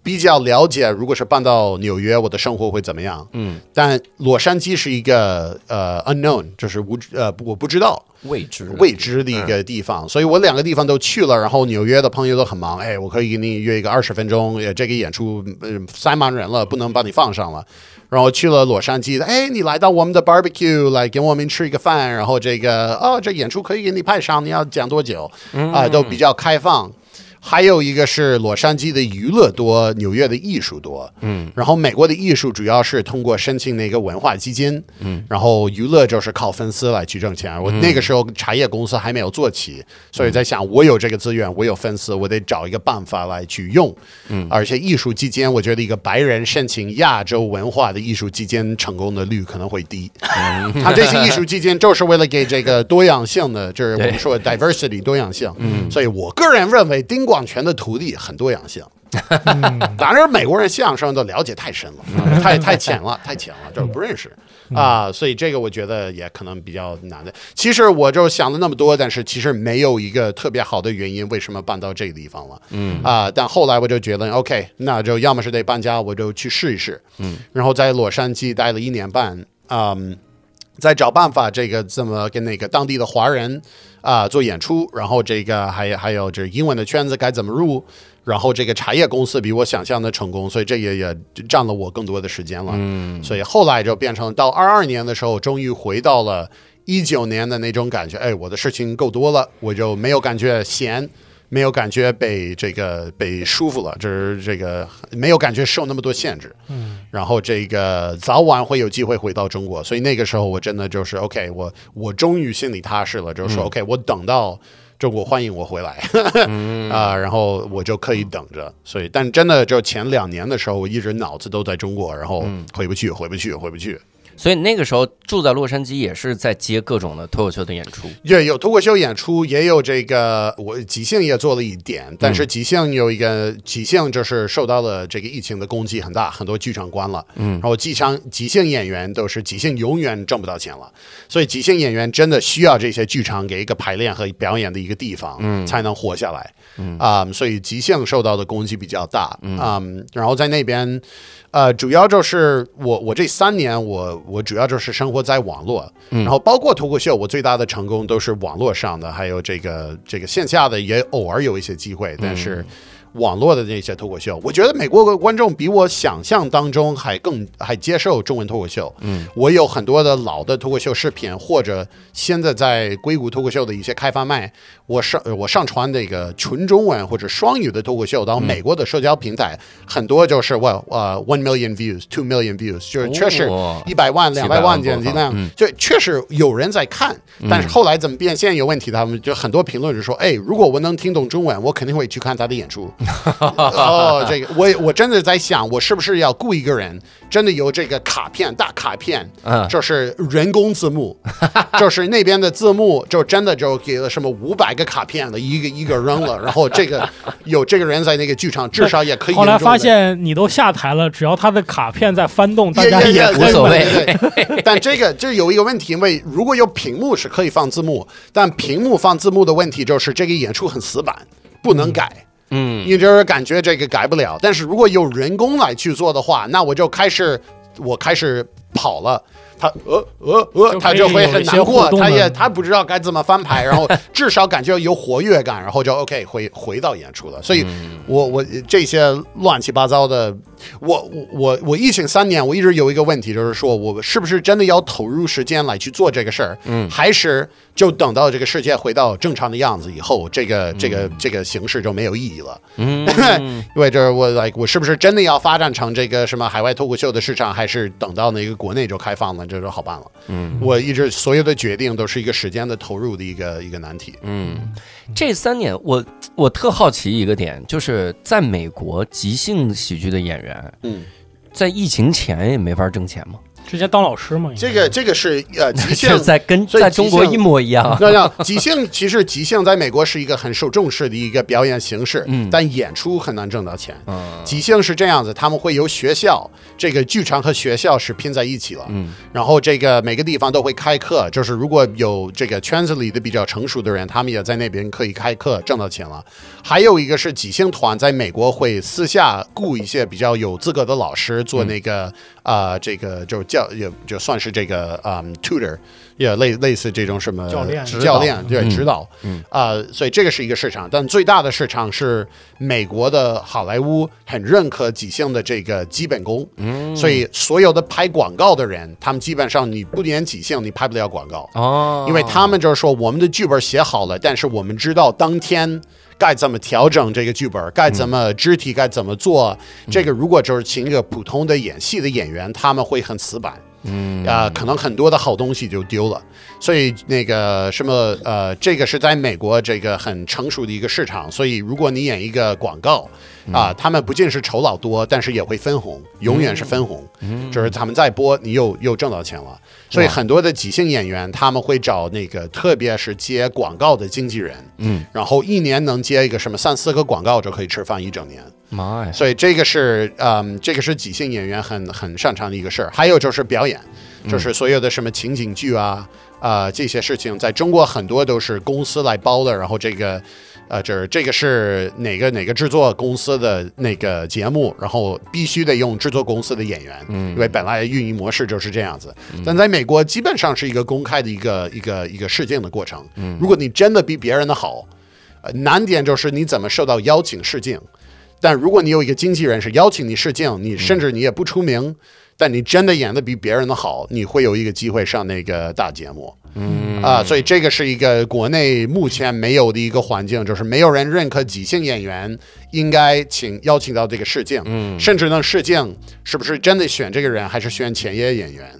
比较了解，如果是搬到纽约，我的生活会怎么样。嗯，但洛杉矶是一个呃 unknown，就是无知呃我不知道，未知未知的一个地方，所以我两个地方都去了。然后纽约的朋友都很忙，哎，我可以给你约一个二十分钟，呃这个演出呃塞满人了，不能把你放上了。然后去了洛杉矶的，哎，你来到我们的 barbecue 来给我们吃一个饭，然后这个哦，这演出可以给你派上，你要讲多久啊、都比较开放。还有一个是洛杉矶的娱乐多，纽约的艺术多。嗯，然后美国的艺术主要是通过申请那个文化基金，嗯，然后娱乐就是靠粉丝来去挣钱。我那个时候茶叶公司还没有做起，所以在想，我有这个资源，我有粉丝，我得找一个办法来去用。嗯，而且艺术基金，我觉得一个白人申请亚洲文化的艺术基金成功的率可能会低。他这些艺术基金就是为了给这个多样性的，就是我们说 diversity 多样性。嗯，所以我个人认为丁广泉的徒弟很多样性。当然，美国人相声都了解太深了，太太浅了，太浅了，就是不认识啊、所以这个我觉得也可能比较难的。其实我就想了那么多，但是其实没有一个特别好的原因，为什么搬到这个地方了。嗯啊、但后来我就觉得，OK，那就要么是得搬家，我就去试一试。嗯，然后在洛杉矶待了一年半，嗯。在找办法，这个怎么跟那个当地的华人啊、做演出，然后这个还还有这英文的圈子该怎么入，然后这个茶叶公司比我想象的成功，所以这也也占了我更多的时间了。嗯，所以后来就变成到二二年的时候，终于回到了一九年的那种感觉。哎，我的事情够多了，我就没有感觉闲，没有感觉被这个被舒服了，就是这个没有感觉受那么多限制。嗯，然后这个早晚会有机会回到中国，所以那个时候我真的就是 OK，我我终于心里踏实了，就是说、OK，我等到。中国欢迎我回来，啊、然后我就可以等着。所以，但真的就前两年的时候，我一直脑子都在中国，然后回不去，回不去，回不去。所以那个时候住在洛杉矶也是在接各种的脱口秀的演出。也有脱口秀演出，也有这个我即兴也做了一点，但是即兴有一个即兴就是受到了这个疫情的攻击很大，很多剧场关了，嗯，然后即场即兴演员都是即兴永远挣不到钱了，所以即兴演员真的需要这些剧场给一个排练和表演的一个地方，嗯，才能活下来，嗯啊、所以即兴受到的攻击比较大，嗯然后在那边。呃，主要就是我我这三年我我主要就是生活在网络，然后包括脱口秀，我最大的成功都是网络上的，还有这个这个线下的也偶尔有一些机会，但是网络的那些脱口秀，我觉得美国的观众比我想象当中还更还接受中文脱口秀。嗯，我有很多的老的脱口秀视频，或者现在在硅谷脱口秀的一些开发麦，我上呃我上传这个纯中文或者双语的脱口秀到美国的社交平台，很多就是我呃 one million views two million views，就是确实哦一百万两百万点击几百万播放量嗯，就确实有人在看，但是后来怎么变现有问题，他们就很多评论就说，哎，如果我能听懂中文，我肯定会去看他的演出。哦，这个我我真的在想，我是不是要雇一个人，真的有这个卡片大卡片，嗯就是人工字幕，就是那边的字幕就真的就给了什么五百个卡片了，一个一个扔了，然后这个有这个人在那个剧场，至少也可以。后来发。现你都下台了，只要他的卡片在翻动，大也家也也无所谓对对对对但这个这有一个问题，因为如果有屏幕是可以放字幕，但屏幕放字幕的问题就是这个演出很死板，不能改。嗯，你就是感觉这个改不了。但是如果有人工来去做的话，那我就开始，我开始跑了。他呃呃呃，就他可以就会很难有一些过互，动嗯他也了他不知道该怎么翻牌，然后至少感觉有活跃感，然后就 OK 回回到演出了。所以我，我这些乱七八糟的，我我我我疫情三年，我一直有一个问题，就是说我是不是真的要投入时间来去做这个事儿，嗯，还是就等到这个世界回到正常的样子以后，这个这嗯个这个形式就没有意义了。 因为这是我 like 我是不是真的要发展成这个什么海外脱口秀的市场，还是等到那个国内就开放了，这就好办了。嗯，我一直所有的决定都是一个时间的投入的一个一个难题。嗯这三年我我特好奇一个点，就是在美国即兴喜剧的演员，嗯，在疫情前也没法挣钱吗？直接当老师嘛。应该这个这个是呃极就限是。在跟所以在中国即兴一模一样 啊。那样，即兴其实即兴在美国是一个很受重视的一个表演形式，嗯但演出很难挣到钱。嗯即兴是这样子，他们会由学校这个剧场和学校是拼在一起了，嗯，然后这个每个地方都会开课，就是如果有这个圈子里的比较成熟的人，他们也在那边可以开课挣到钱了。还有一个是即兴团，在美国会私下雇一些比较有资格的老师做那个啊、呃这个就是教也就算是这个嗯 tutor，也类类似这种什么教练教练对嗯指导，嗯啊、所以这个是一个市场，但最大的市场是美国的好莱坞很认可即兴的这个基本功，嗯，所以所有的拍广告的人，他们基本上你不演即兴，你拍不了广告，哦，因为他们就是说我们的剧本写好了，但是我们知道当天该怎么调整这个剧本，该怎么肢体该怎么做。这个如果就是请一个普通的演戏的演员，他们会很死板。嗯啊、可能很多的好东西就丢了，所以那个什么呃，这个是在美国这个很成熟的一个市场，所以如果你演一个广告啊、他们不仅是酬劳多，但是也会分红，永远是分红，就是他们在播，你又又挣到钱了。所以很多的即兴演员他们会找那个，特别是接广告的经纪人，嗯，然后一年能接一个什么三四个广告就可以吃饭一整年。妈呀，所以这个是，嗯，这个是即兴演员很很擅长的一个事儿。还有就是表演，就是所有的什么情景剧啊，啊这些事情，在中国很多都是公司来包的，然后这个。呃，就是这个是哪个哪个制作公司的那个节目，然后必须得用制作公司的演员，嗯，因为本来运营模式就是这样子。但在美国，基本上是一个公开的一个一个一个试镜的过程。嗯，如果你真的比别人的好，呃，难点就是你怎么受到邀请试镜。但如果你有一个经纪人是邀请你试镜，你甚至你也不出名，但你真的演的比别人的好，你会有一个机会上那个大节目。嗯啊、所以这个是一个国内目前没有的一个环境，就是没有人认可即兴演员应该请邀请到这个试镜，嗯，甚至呢试镜是不是真的选这个人，还是选前夜演员？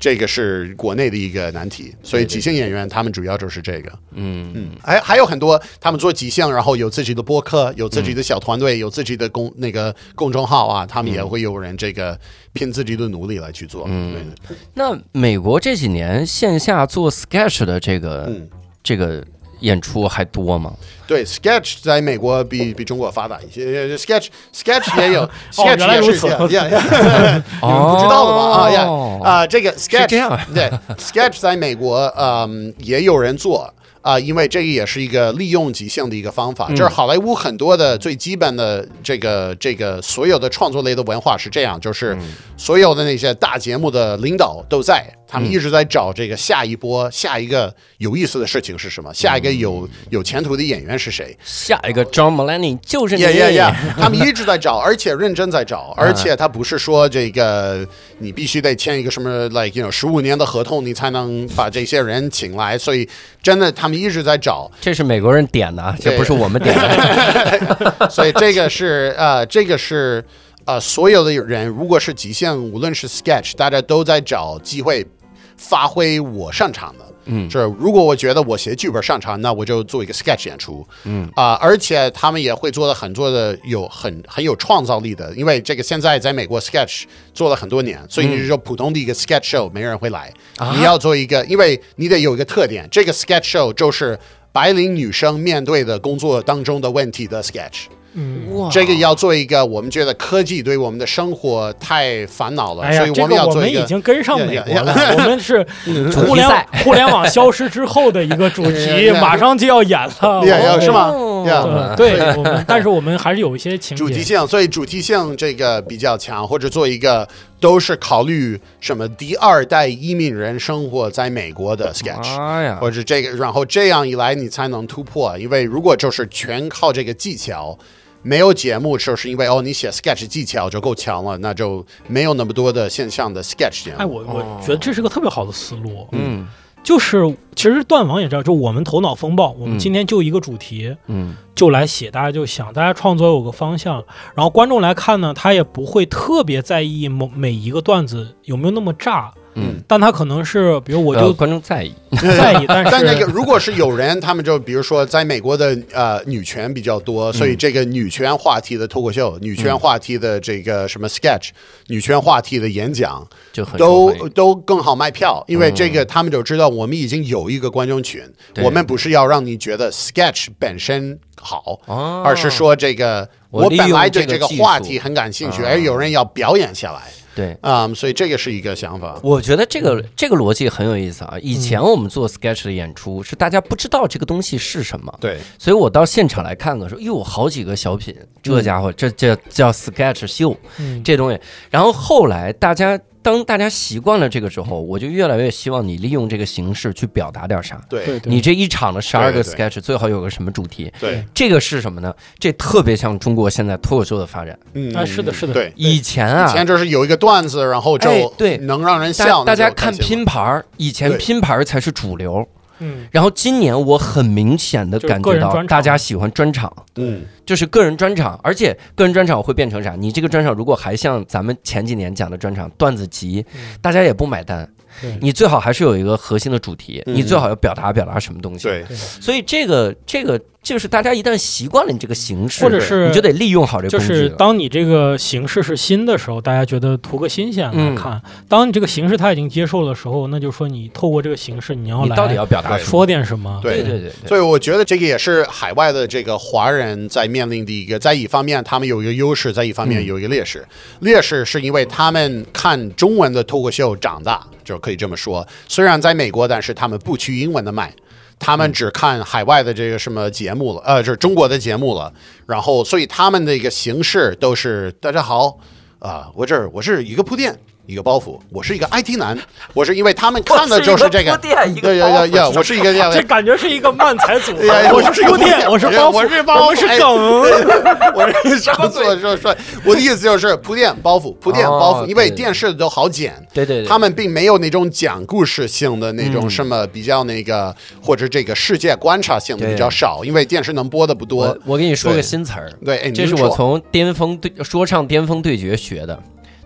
这个是国内的一个难题，所以即兴演员他们主要就是这个。嗯，嗯，还还有很多他们做即兴，然后有自己的播客，有自己的小团队，有自己的公那个公众号啊，他们也会有人这个拼自己的努力来去做。嗯对的，那美国这几年线下做 sketch 的这个、嗯，这个演出还多吗？对，Sketch 在美国比比中国发达一些，Sketch Sketch 也有哦原，Sketch 来也如是此，yeah, yeah 哦，不知道的吧啊呀啊，这个 Sketch 这样 对 Sketch 在美国嗯也有人做。啊、因为这个也是一个利用即兴的一个方法，就是好莱坞很多的最基本的这个这个所有的创作类的文化是这样，就是所有的那些大节目的领导都在，他们一直在找这个下一波、下一个有意思的事情是什么，下一个有有前途的演员是谁，下一个 John Mulaney 就是你。呀呀呀！他们一直在找，而且认真在找，而且他不是说这个你必须得签一个什么 like you know 十五年的合同，你才能把这些人请来。所以真的，他们一直在找，这是美国人点的，啊，这不是我们点的。所以这个是呃，这个是呃，所有的人如果是极限，无论是 sketch，大家都在找机会发挥我擅长的。嗯是如果我觉得我写剧本擅长，那我就做一个 sketch 演出。嗯啊、而且他们也会做的很多的有很很有创造力的，因为这个现在在美国 sketch 做了很多年，所以你就说普通的一个 sketch show 没人会来，啊你要做一个，因为你得有一个特点，这个 sketch show 就是白领女生面对的工作当中的问题的 sketch。嗯，哇这个要做一个，我们觉得科技对我们的生活太烦恼了，哎所呀以，这们个要我做们一个已经跟上美国了，我们是 主互题联赛互联网消失之后的一个 主题 Yeah, yeah.，马上就要演 了，呀呀我是吗哦呀对嗯对，我们但是我们还是有一些情主题节，性，所以主题性这个比较强，或者做一个都是考虑什么第二代移民人生活在美国的 sketch。妈哎呀！或者这个，然后这样一来你才能突破，因为如果就是全靠这个技巧，没有节目，就是因为哦你写 sketch 技巧就够强了，那就没有那么多的现象的 sketch 节目。哎，我我觉得这是个特别好的思路，哦嗯就是其实断网也知道，就我们头脑风暴，我嗯们今天就一个主题，嗯就来写，大家就想，大家创作有个方向，然后观众来看呢，他也不会特别在意某每一个段子有没有那么炸，嗯，但他可能是，比如我呃 就观众在意。不在意，但是但那个如果是有人，他们就比如说在美国的呃女权比较多，所以这个女权话题的脱口秀、女权话题的这个什么 sketch、女权话题的演讲，就很都受欢迎都更好卖票，因为这个他们就知道我们已经有一个观众群，对我们不是要让你觉得 sketch 本身好，哦而是说这个我我利用本来对这个这个技术话题很感兴趣，啊而有人要表演下来，对。嗯嗯，所以这个是一个想法。我觉得这个这个逻辑很有意思啊！以前我们做 sketch 的演出是大家不知道这个东西是什么，对，所以我到现场来看看，说哟，好几个小品，嗯这家伙这这叫 sketch 秀，嗯这东西。然后后来大家当大家习惯了这个之后，我就越来越希望你利用这个形式去表达点啥。对，对对，对你这一场的十二个对对 sketch 最好有个什么主题？这个是什么呢？这特别像中国现在脱口秀的发展。嗯，啊是的是的对。以前啊以，前就是有一个段子，然后就哎对能让人笑大。大家那就开看心了拼盘儿，以前对拼盘儿才是主流。嗯，然后今年我很明显的就是感个觉人到专场大家喜欢专场，嗯，就是个人专场，而且个人专场会变成啥？你这个专场如果还像咱们前几年讲的专场段子集，大家也不买单嗯对。你最好还是有一个核心的主题，嗯你最好要表达表达什么东西。对，所以这个这个就是大家一旦习惯了你这个形式，或者是你就得利用好这个就工具是了当你这个形式是新的时候，大家觉得图个新鲜来看；当你这个形式他已经接受的时候，那就说你透过这个形式，你要你来到底要表达对什么？说点什么？对对对对对，所以我觉得这个也是海外的这个华人在面临的一个，在一方面他们有一个优势，在一方面有一个劣势。劣势是因为他们看中文的脱口秀长大，就可以这么说。虽然在美国，但是他们不去英文的卖。他们只看海外的这个什么节目了，呃，就是中国的节目了，然后所以他们的一个形式都是大家好，啊、我这儿我是一个铺垫，一个包袱，我是一个 IT 男，我是因为他们看的就是 这个，对呀呀呀，我是一个要这感觉是一个漫才组合哎呀，我是铺垫，我我是包我袱，是包我是哎梗， 我这 什么做说说，我的意思就是铺垫包袱，铺垫哦包袱，因为对电视都好剪。对对对，他们并没有那种讲故事性的那种嗯什么比较那个，或者这个世界观察性的对比较少，因为电视能播的不多我。我给你说个对新词儿，对，哎，这您是我说从巅峰对说唱巅峰对决学的，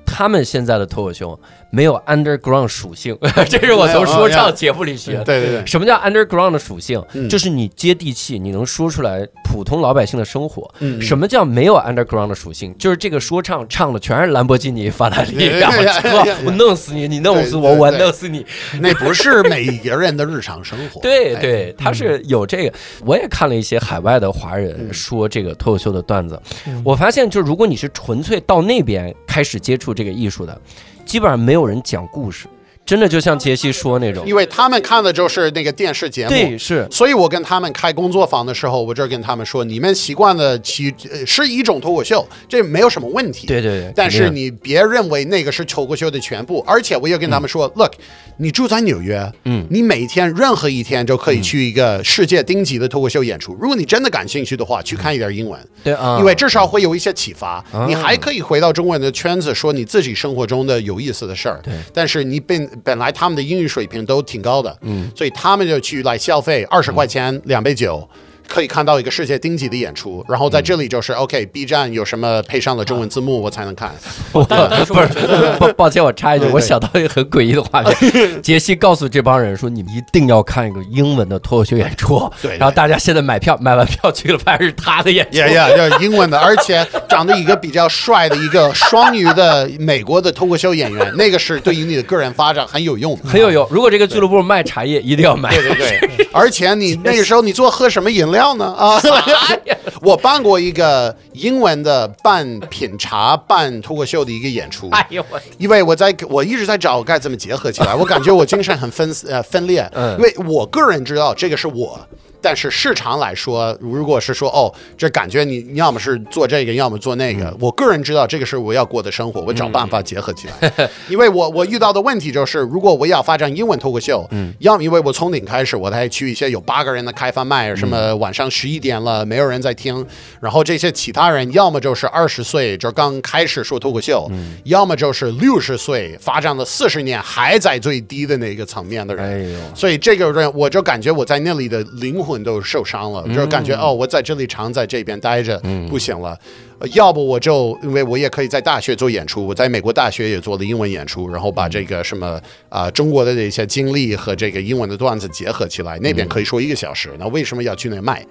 他们现在的脱口秀没有 underground 属性， 这是我从说唱节目里学的。哦对对 对，什么叫 underground 的属性？嗯就是你接地气，你能说出来普通老百姓的生活。嗯什么叫没有 underground 的属性？就是这个说唱唱的全是兰博基尼、法拉利，哎呀然后哎呀哎呀车，我弄死你，你弄死我，对对我对弄死你。 那不是每个人的日常生活。对哎，对，他是有这个。我也看了一些海外的华嗯人说这个脱口秀的段子，嗯我发现就是如果你是纯粹到那边开始接触这个艺术的，基本上没有人讲故事，真的就像杰西说那种因。为他们看的就是那个电视节目。对，是所以我跟他们开工作坊的时候，我就跟他们说，你们习惯的其呃是一种脱口秀，这没有什么问题。对对对但肯是定嗯你别认为那个是脱口秀的全部，而且我也跟他们说、l o o k 你住在纽约，嗯，你每天任何一天就可以嗯去一个世界顶级的脱口秀演出。如果你真的感兴趣的话，去看一点英文，对啊，因为至少会有一些启发。啊你还可以回到中文的圈子，说你自己生活中的有意思的事儿。对但是你本本来他们的英语水平都挺高的，嗯，所以他们就去来消费二十块钱嗯两杯酒。可以看到一个世界顶级的演出，然后在这里就是、OK，B 嗯站有什么配上了中文字幕，我才 能看。我不是抱抱歉，我插一句，我想到一个很诡异的画 面，杰西告诉这帮人说，你们一定要看一个英文的脱口秀演出，对对然后大家现在买票，买完票去了，发现是他的演出。呀呀，就是英文的，而且长得一个比较帅的一个双语的美国的脱口秀演员，那个是对于你的个人发展很有用的。很有用。如果这个俱乐部卖茶叶，一定要买。对对对，而且你那个时候你做喝什么饮料呢？啊，哎 我办过一个英文的半品茶半脱口秀的一个演出， 哎呦我，因为我在我一直在找该怎么结合起来，我感觉我精神很分呃 分裂，嗯因为我个人知道这个是我。但是市场来说，如果是说哦，这感觉你你要么是做这个，要么做那个。嗯我个人知道这个是我要过的生活，我找办法结合起来。因为我我遇到的问题就是，如果我要发展英文脱口秀，要么因为我从零开始，我还去一些有八个人的开放麦，什么晚上十一点了没有人在听，然后这些其他人要么就是二十岁就刚开始说脱口秀，要么就是六十岁发展了四十年还在最低的那个层面的人，哎 呦，所以这个人，我就感觉我在那里的灵魂都受伤了，就是感觉哦，我在这里常在这边待着，不行了。呃要不我就，因为我也可以在大学做演出，我在美国大学也做了英文演出，然后把这个什么啊、中国的这些经历和这个英文的段子结合起来，那边可以说一个小时，那为什么要去那卖？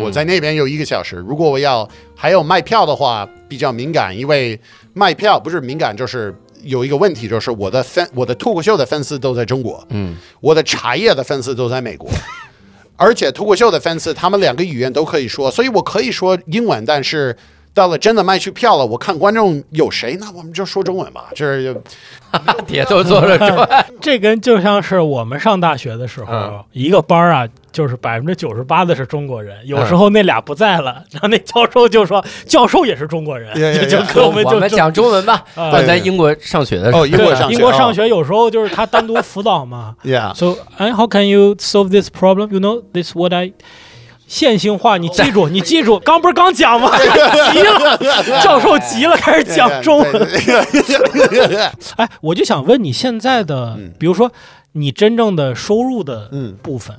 我在那边有一个小时，如果我要还有卖票的话，比较敏感，因为卖票不是敏感，就是有一个问题，就是我的粉，我的脱口秀的粉丝都在中国，嗯，我的茶叶的粉丝都在美国。 而且脱口秀的粉丝，他们两个语言都可以说，所以我可以说英文，但是到了真的卖去票了，我看观众有谁，那我们就说中文吧。这是铁都做了砖，这跟就像是我们上大学的时候，嗯一个班儿啊，就是百分之九十八的是中国人，有时候那俩不在了，然后那教授就说教授 也是中国人，呀呀呀就跟我 们我就们就讲中文吧。啊我在英国上学的时候，英。对哦英国上学有时候就是他单独辅导嘛，Yeah， So, and how can you solve this problem? You know, this what I 线性化，你记住，你记住，刚不是刚讲吗？急了，教授急了，开始 讲中 文。文。哎，我就想问你现在的，嗯比如说你真正的收入的部分，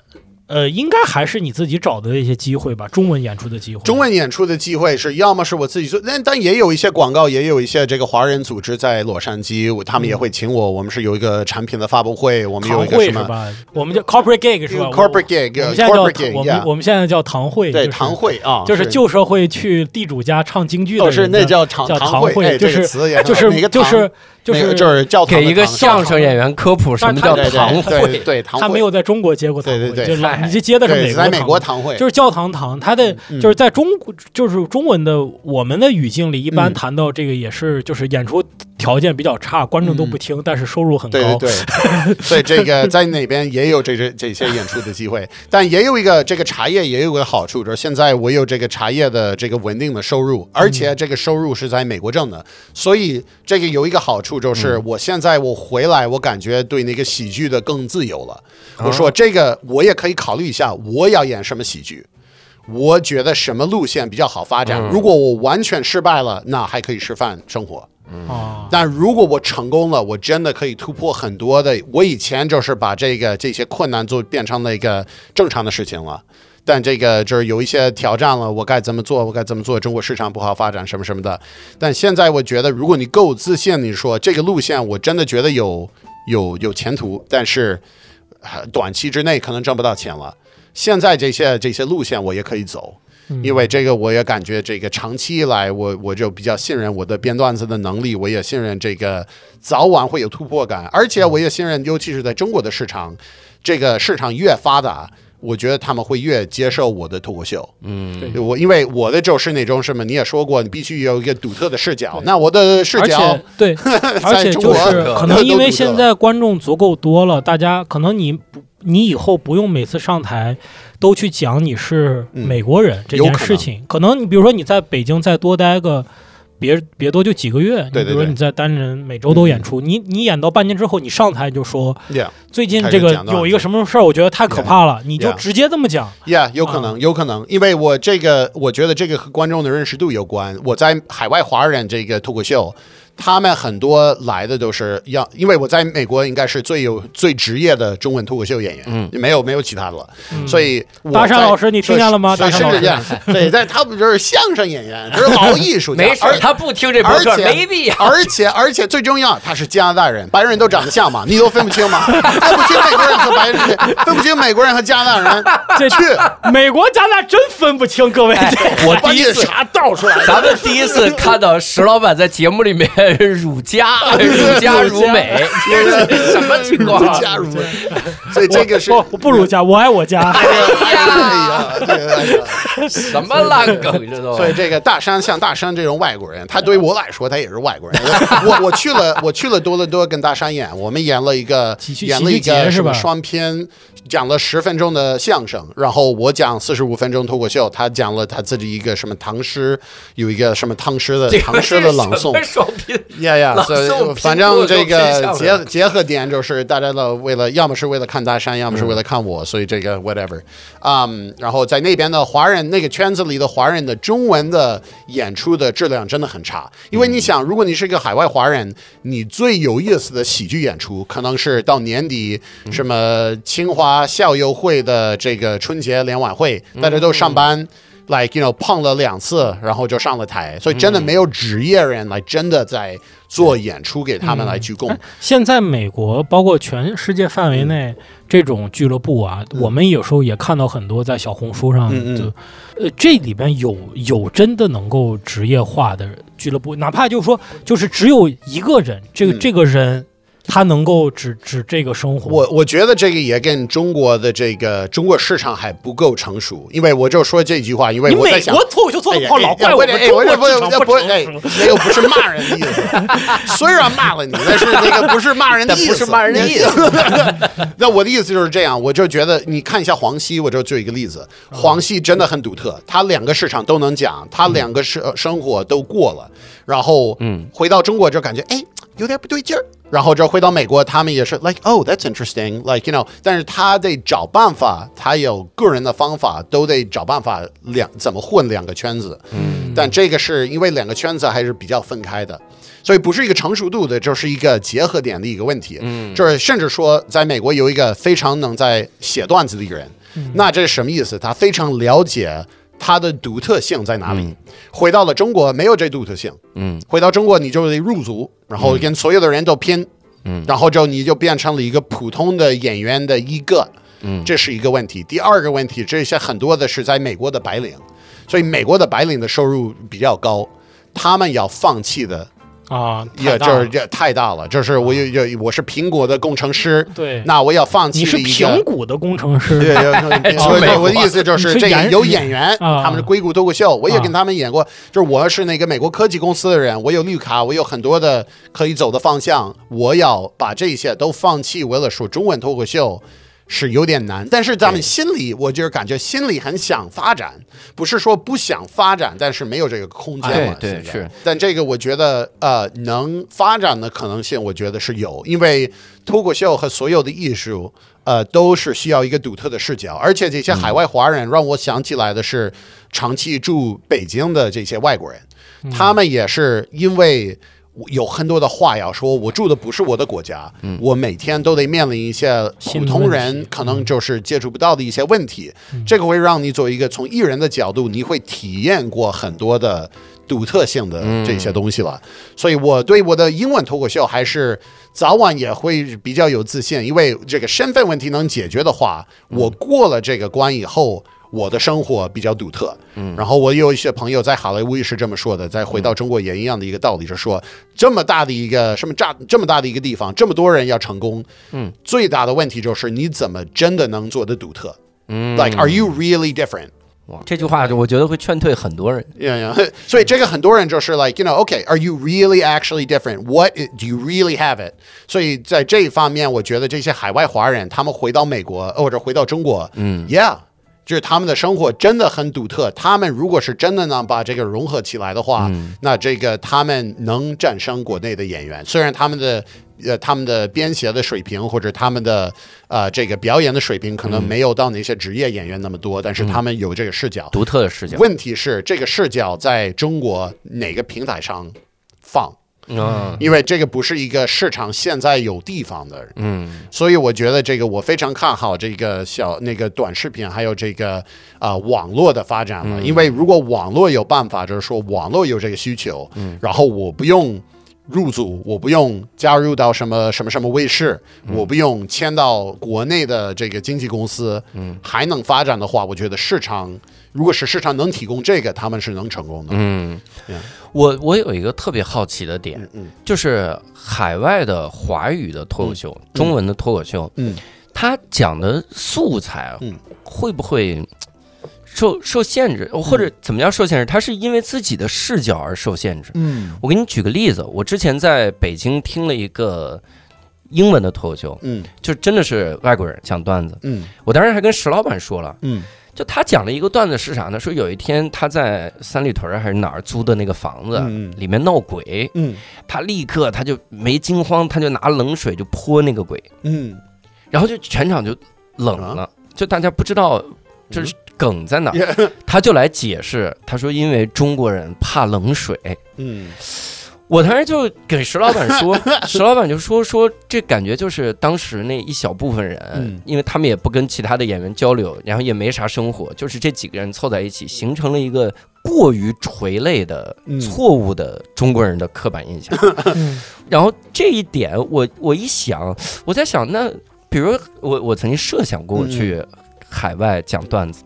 呃，应该还是你自己找的一些机会吧，中文演出的机会。 中文演出的机会是，要么是我自己做，但但也有一些广告，也有一些这个华人组织在洛杉矶，我他们也会请我。我们是有一个产品的发布会，我们有堂一个会什是么嗯吧？我们叫 corporate gig 是吧 corporate gig，我们现在叫 corporate gig，我们 yeah 我们现在叫堂会，对就是堂会啊，就是旧社会去地主家唱京剧的哦人，是那叫堂叫堂会，哎就这个是词也就哪个是就堂是就那个是就是教堂给的一个堂相声演员科普什么叫对对堂对对会，对堂会，他没有在中国接过堂会，对对对就老嗨你就接的是对在美国堂堂会，会，就是教堂堂，它的嗯就是在中国，就是中文的我们的语境里，一般嗯谈到这个也是就是演出条件比较差，观众都不听，但是收入很对嗯对高。对， 所以这个在那边也有这这这些演出的机会，但也有一个这个茶叶也有个好处，就是现在我有这个茶叶的这个稳定的收入，而且这个收入是在美国挣的，所以这个有一个好处就是嗯我现在我回来，我感觉对那个喜剧的更自由了。啊我说这个我也可以考虑一下，我要演什么喜剧。我觉得什么路线比较好发嗯展？如果我完全失败了，那还可以吃饭生活。啊，但如果我成功了，我真的可以突破很多的。我以前就是把这个这些困难就变成了一个正常的事情了。但这个就是有一些挑战了，我该怎么做？我该怎么做？中国市场不好发展什么什么的。但现在我觉得，如果你够自信，你说这个路线我真的觉得有有有前途，但是呃短期之内可能挣不到钱了。现在这些这些路线我也可以走，嗯因为这个我也感觉这个长期以来我我就比较信任我的编段子的能力，我也信任这个早晚会有突破感，而且我也信任，尤其是在中国的市场，这个市场越发达。我觉得他们会越接受我的脱口秀，嗯对我因为我的就是那种什么，你也说过，你必须有一个独特的视角。那我的视而角且对，而在且中就国是可能因都独特为现在观众足够多了，大家可能你不，你以后不用每次上台都去讲你是美国人这嗯有件可能事情，可能你比如说你在北京再多待个。别别多就几个月，对对你比如说对嗯你在单人每周都演出，你你演到半年之后，你上台你就说 Yeah 最近这开始个讲段子有一个什么事儿，我觉得太可怕了，你就 Yeah 直接这么讲。 Yeah，有可能，有可能，因为我这个，我觉得这个和观众的认识度有关。我在海外华人这个脱口秀，他们很多来的都是要，因为我在美国应该是最有最职业的中文脱口秀演员，嗯，没有没有其他的了。嗯所以我大山在老师你听见了吗所以大所山以老是师这样，对，但他们就是相声演 员，就是老艺术家，没事而儿，他不听这博客而且没必要。而且而且最重要，他是加拿大人，白人都长得像嘛，你都分不清 吗？分不清美国人和白人，分不清美国人和加拿大人。 这去，美国咱俩真分不清，各 位，哎我把第你一的次，茶倒出来。 咱们第一次看到石老板在节目里面儒 家，儒家如美，这是什么情况？儒家如美， 所以这个是不 我不如家，我爱我 家。哎呀，哎呀，这个哎呀，什么烂梗，这都所以这个大山像大山这种外国人，他对于我来说，他也是外 国人。我我我去了，我去了多伦多跟大山演，我们演了一个喜剧演了一喜剧节个是吧什么双篇，讲了十分钟的相声，然后我讲四十五分钟脱口秀，他讲了他自己一个什么唐诗，有一个什么唐诗的这唐个诗是的朗什诵么。双拼，呀呀，朗所诵以拼反凑正这就偏个向结了结合点就是大家的为了，要么是为了看大山，要么是为了看我，所以这个 whatever，嗯，然后在那边的华人那个圈子里的华人的中文的演出的质量真的很差，因为你想，如果你是一个海外华人，你最有意思的喜剧演出可能是到年底什么清华校友会的这个春节联欢会，大家都上班。like you know 碰了两次，然后就上了台，所以真的没有职业人来真的在做演出给他们嗯来鞠躬。现在美国包括全世界范围嗯内、这种俱乐部啊，我们有时候也看到很多在小红书上嗯嗯就，呃，这里边有有真的能够职业化的俱乐部，哪怕就是说，就是只有一个人，这个、嗯这个人他能够只只这个生活，我我觉得这个也跟中国的这个中国市场还不够成熟，因为我就说这句话，因为你我在美想国。脱口秀做哎的呀不好，老怪哎我呀们哎中我国这市场不不不哎成熟。，那个不是骂人的意思， 虽然骂了你，但是那个不是骂人的但意思，不是骂人的意思。 那我的意思就是这样，我就觉得你看一下黄西，我就举一个例子，黄西真的很独特，他两个市场都能讲，他两个生生活都过了，然后嗯回到中国就感觉哎有点不对劲儿，然后就回到美国，他们也是 like oh that's interesting like you know，但是他得找办法，他有个人的方法，都得找办法两怎么混两个圈子，嗯但这个是因为两个圈子还是比较分开的，所以不是一个成熟度的，就是一个结合点的一个问题。嗯就是甚至说，在美国有一个非常能在写段子的人，嗯那这是什么意思？他非常了解他的独特性在哪里。回到了中国，没有这独特性。嗯，回到中国，你就得入族，然后跟所有的人都拼，嗯然后就你就变成了一个普通的演员的一个，嗯这是一个问题。第二个问题，这些很多的是在美国的白领，所以美国的白领的收入比较高，他们要放弃的啊，也哎太大就是了这太大了，就是我有有我是苹果的工程师，对，那我要放弃你是一个平谷的工程师，对， 对从美对，国我的意思就是你是这个演有演员，啊他们是硅谷脱口秀，我也啊跟他们演过，就是我是那个美国科技公司的人，我有绿卡，我有很多的可以走的方向，我要把这些都放弃，为了说中文脱口秀。是有点难，但是咱们心里，我就是感觉心里很想发展，不是说不想发展，但是没有这个空间嘛。哎对对现在是，但这个我觉得，呃，能发展的可能性，我觉得是有，因为脱口秀和所有的艺术，呃，都是需要一个独特的视角，而且这些嗯海外华人让我想起来的是长期住北京的这些外国人，他们也是因为我有很多的话要说，我住的不是我的国家，我每天都得面临一些新普的通问人题可能就是接触不到的一些问题。这个会让你作为一个从艺人的角度，你会体验过很多的独特性的这些东西了。所以我对我的英文脱口秀还是早晚也会比较有自信，因为这个身份问题能解决的话，我过了这个关以后。我的生活比较独特，嗯，然后我有一些朋友在好莱坞也是这么说的，在回到中国也一样的一个道理，是说这么大的一个什么炸这么大的一个地方，这么多人要成功，嗯，最大的问题就是你怎么真的能做得独特，嗯，like are you really different？这句话就我觉得会劝退很多人。 Yeah, yeah. 所以这个很多人就是 like you know okay are you really actually different what i- do you really have it 所以在这一方面，我觉得这些海外华人他们回到美国呃或者回到中国，嗯，yeah，就是他们的生活真的很独特。他们如果是真的能把这个融合起来的话，那这个他们能战胜国内的演员，虽然他们的。呃，他们的编写的水平或者他们的呃这个表演的水平可能没有到那些职业演员那么多，但是他们有这个视角，独特的视角，问题是这个视角在中国哪个平台上放？嗯，因为这个不是一个市场现在有地方的，嗯，所以我觉得这个我非常看好这个小那个短视频还有这个啊、呃网络的发展嗯了。因为如果网络有办法，就是说网络有这个需求，嗯然后我不用。入组，我不用加入到什么什么什么卫视，嗯我不用签到国内的这个经纪公司，嗯，还能发展的话，我觉得市场如果是市场能提供这个，他们是能成功的。嗯，我我有一个特别好奇的点，嗯就是海外的华语的脱口秀，中文的脱口秀，嗯，它讲的素材啊嗯会不会受受限制，嗯或者怎么样受限制？它是因为自己的视角而受限制。嗯我给你举个例子，我之前在北京听了一个英文的脱口秀，嗯就真的是外国人讲段子，嗯我当时还跟石老板说了。嗯就他讲了一个段子是啥呢？说有一天他在三里屯儿还是哪儿租的那个房子，嗯嗯里面闹鬼，嗯他立刻他就没惊慌，他就拿冷水就泼那个鬼，嗯，然后就全场就冷了，啊就大家不知道 就是梗在哪儿， Yeah 他就来解释，他说因为中国人怕冷水。嗯我当时就给石老板 说，石老板就说说这感觉就是当时那一小部分人，嗯因为他们也不跟其他的演员交流，然后也没啥生活，就是这几个人凑在一起，形成了一个过于垂类的、嗯错误的中国人的刻板印象。嗯然后这一点我，我一想，我在想，那比如我我曾经设想过我嗯去海外讲段子，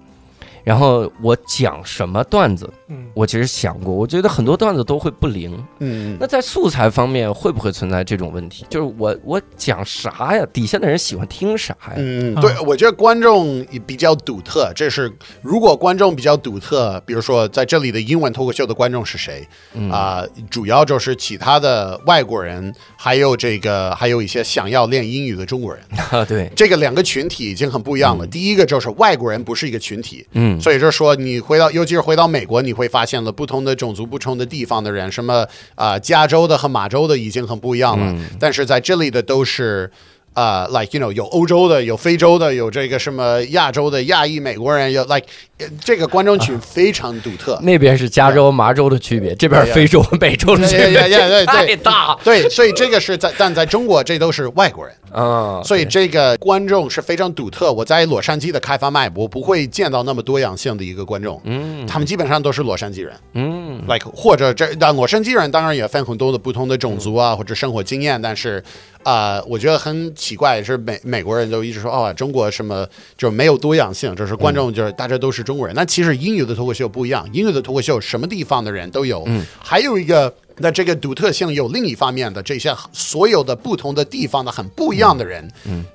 然后我讲什么段子，嗯，我其实想过，我觉得很多段子都会不灵。嗯那在素材方面会不会存在这种问题？就是我我讲啥呀？底下的人喜欢听啥呀？嗯，对，我觉得观众也比较独特，这是如果观众比较独特，比如说在这里的英文脱口秀的观众是谁啊、主要就是其他的外国人，还有这个还有一些想要练英语的中国人，啊， 对，这个两个群体已经很不一样了。第一个就是外国人不是一个群体，嗯所以就是说，你回到，尤其是回到美国，你会发现了不同的种族、不同的地方的人，什么啊、呃加州的和马州的已经很不一样了。嗯但是在这里的都是，呃，like you know，有欧洲的，有非洲的，有这个什么亚洲的亚裔美国人，有 like 呃这个观众群非常独特。 那边是加州、麻州的区别，这边对呀非洲、美洲的区对呀别，呀呀这对 太对大。对，所以这个是在，但在中国这都是外国人，啊嗯，所以这个观众是非常独特。我在洛杉矶的开发麦，我不会见到那么多样性的一个观众，嗯他们基本上都是洛杉矶人。嗯 like 或者这但洛杉矶人当然也分很多的不同的种族啊，或者生活经验，但是呃，我觉得很奇怪是美美国人都一直说哦，中国什么就是没有多样性，就是观众就是大家都是中国人。那其实英语的脱口秀不一样，英语的脱口秀什么地方的人都有，还有一个。那这个独特性有另一方面的这些所有的不同的地方的很不一样的人，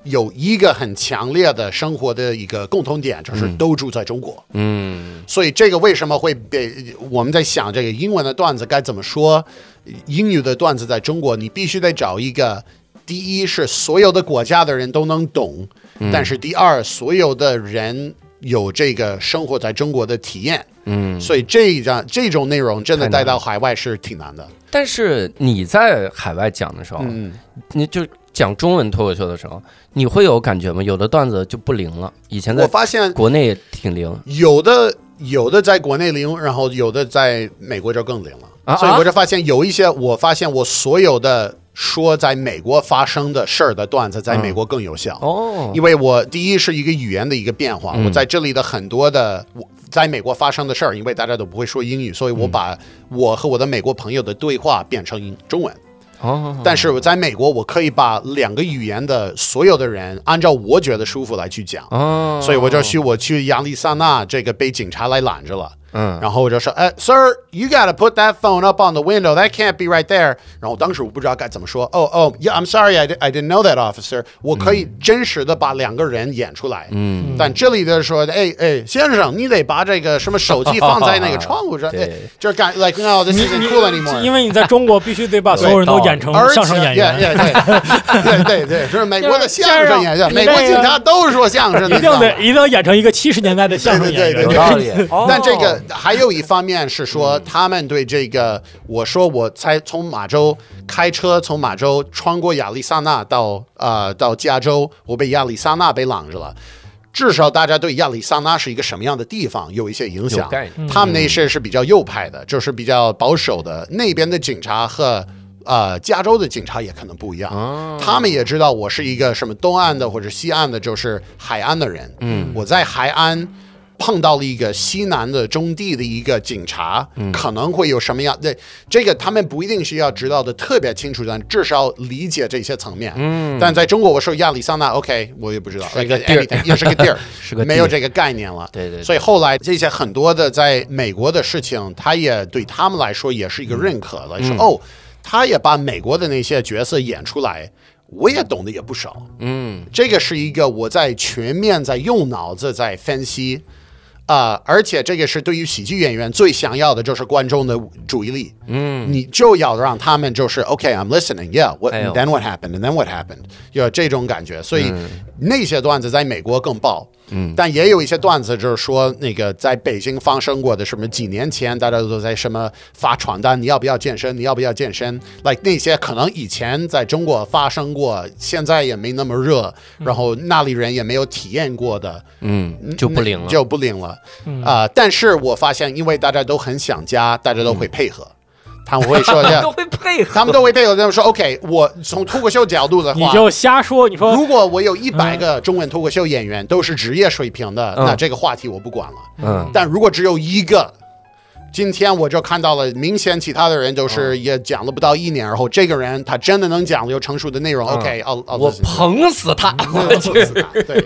有一个很强烈的生活的一个共同点，就是都住在中国。嗯所以这个为什么会被我们在想这个英文的段子该怎么说？英语的段子在中国，你必须得找一个，第一是所有的国家的人都能懂，嗯但是第二，所有的人有这个生活在中国的体验。嗯。所以这一张这种内容真的太难带了到海外是挺难的。但是你在海外讲的时候，嗯，你就讲中文脱口秀的时候，你会有感觉吗？有的段子就不灵了，以前我在发现国内挺灵有的有的在国内零，然后有的在美国就更零了。啊所以我就发现有一些，我发现我所有的说在美国发生的事儿的段子，在美国更有效。哦，因为我第一是一个语言的一个变化，嗯我在这里的很多的我在美国发生的事儿，因为大家都不会说英语，所以嗯我把我和我的美国朋友的对话变成英中文。哦，但是我在美国，我可以把两个语言的所有的人按照我觉得舒服来去讲。哦，所以我就去我去亚利桑那，这个被警察来拦着了。嗯，然后我就说，哎，Sir, you gotta put that phone up on the window. That can't be right there. 然后当时我不知道该怎么说。哦哦，Yeah, I'm sorry, I did, I didn't know that, officer. 我可以真实的把两个人演出来。嗯，但这里的说，哎哎，先生，你得把这个什么手机 放在那个窗户上。哎对，就是感 like no, this isn't cool anymore. 嗯因为 你在中中国必须得把所有人都演成而且相声演员， 对对对对对，就是美国的相声演员，就是美国警察都说相声，一你知道定吗得一定要演成一个七十年代的相声演对有对员。道理，但这个还有一方面是嗯说，他们对这个，我说我才从马州开车从马州穿过亚利桑那到呃到加州，我被亚利桑那被拦着了。至少大家对亚利桑那是一个什么样的地方有一些影有响。概念，他们那些是比较右派的，就是比较保守的。那边的警察和呃加州的警察也可能不一样，哦他们也知道我是一个什么东岸的或者西岸的，就是海岸的人。嗯，我在海岸。碰到了一个西南的中地的一个警察，嗯可能会有什么样？对，这个他们不一定是要知道的特别清楚，但至少理解这些层面。嗯，但在中国，我说亚利桑那，OK，我也不知道，是个 like 地儿 anything，也是个地儿， 是个地没有这个概念了。对对对所以后来这些很多的在美国的事情，他也对他们来说也是一个认可了，嗯说哦，他也把美国的那些角色演出来，我也懂得也不少。嗯，这个是一个我在全面在用脑子在分析，啊、而且这个是对于喜剧演员最想要的就是观众的注意力。嗯，你就要让他们就是 OK，I'm、listening，yeah，what、哎呦 then what happened，and then what happened，有这种感觉。所以、那些段子在美国更爆。嗯，但也有一些段子，就是说那个在北京发生过的，什么几年前大家都在什么发传单，你要不要健身？你要不要健身？like 那些可能以前在中国发生过，现在也没那么热，然后那里人也没有体验过的，嗯，就不灵了，嗯就不灵了。啊、但是我发现，因为大家都很想家，大家都会 配合，他们会说这样，会配合他们都会配合，他们说 OK，我从脱口秀角度的你话。就瞎说，你说如果我有一百个中文脱口秀演员都是职业水平的，嗯那这个话题我不管了。嗯但如果只有一个，今天我就看到了，明显其他的人就是嗯也讲了不到一年，然后这个人他真的能讲有成熟的内嗯容。OK，哦哦，我捧死他，嗯我去，对，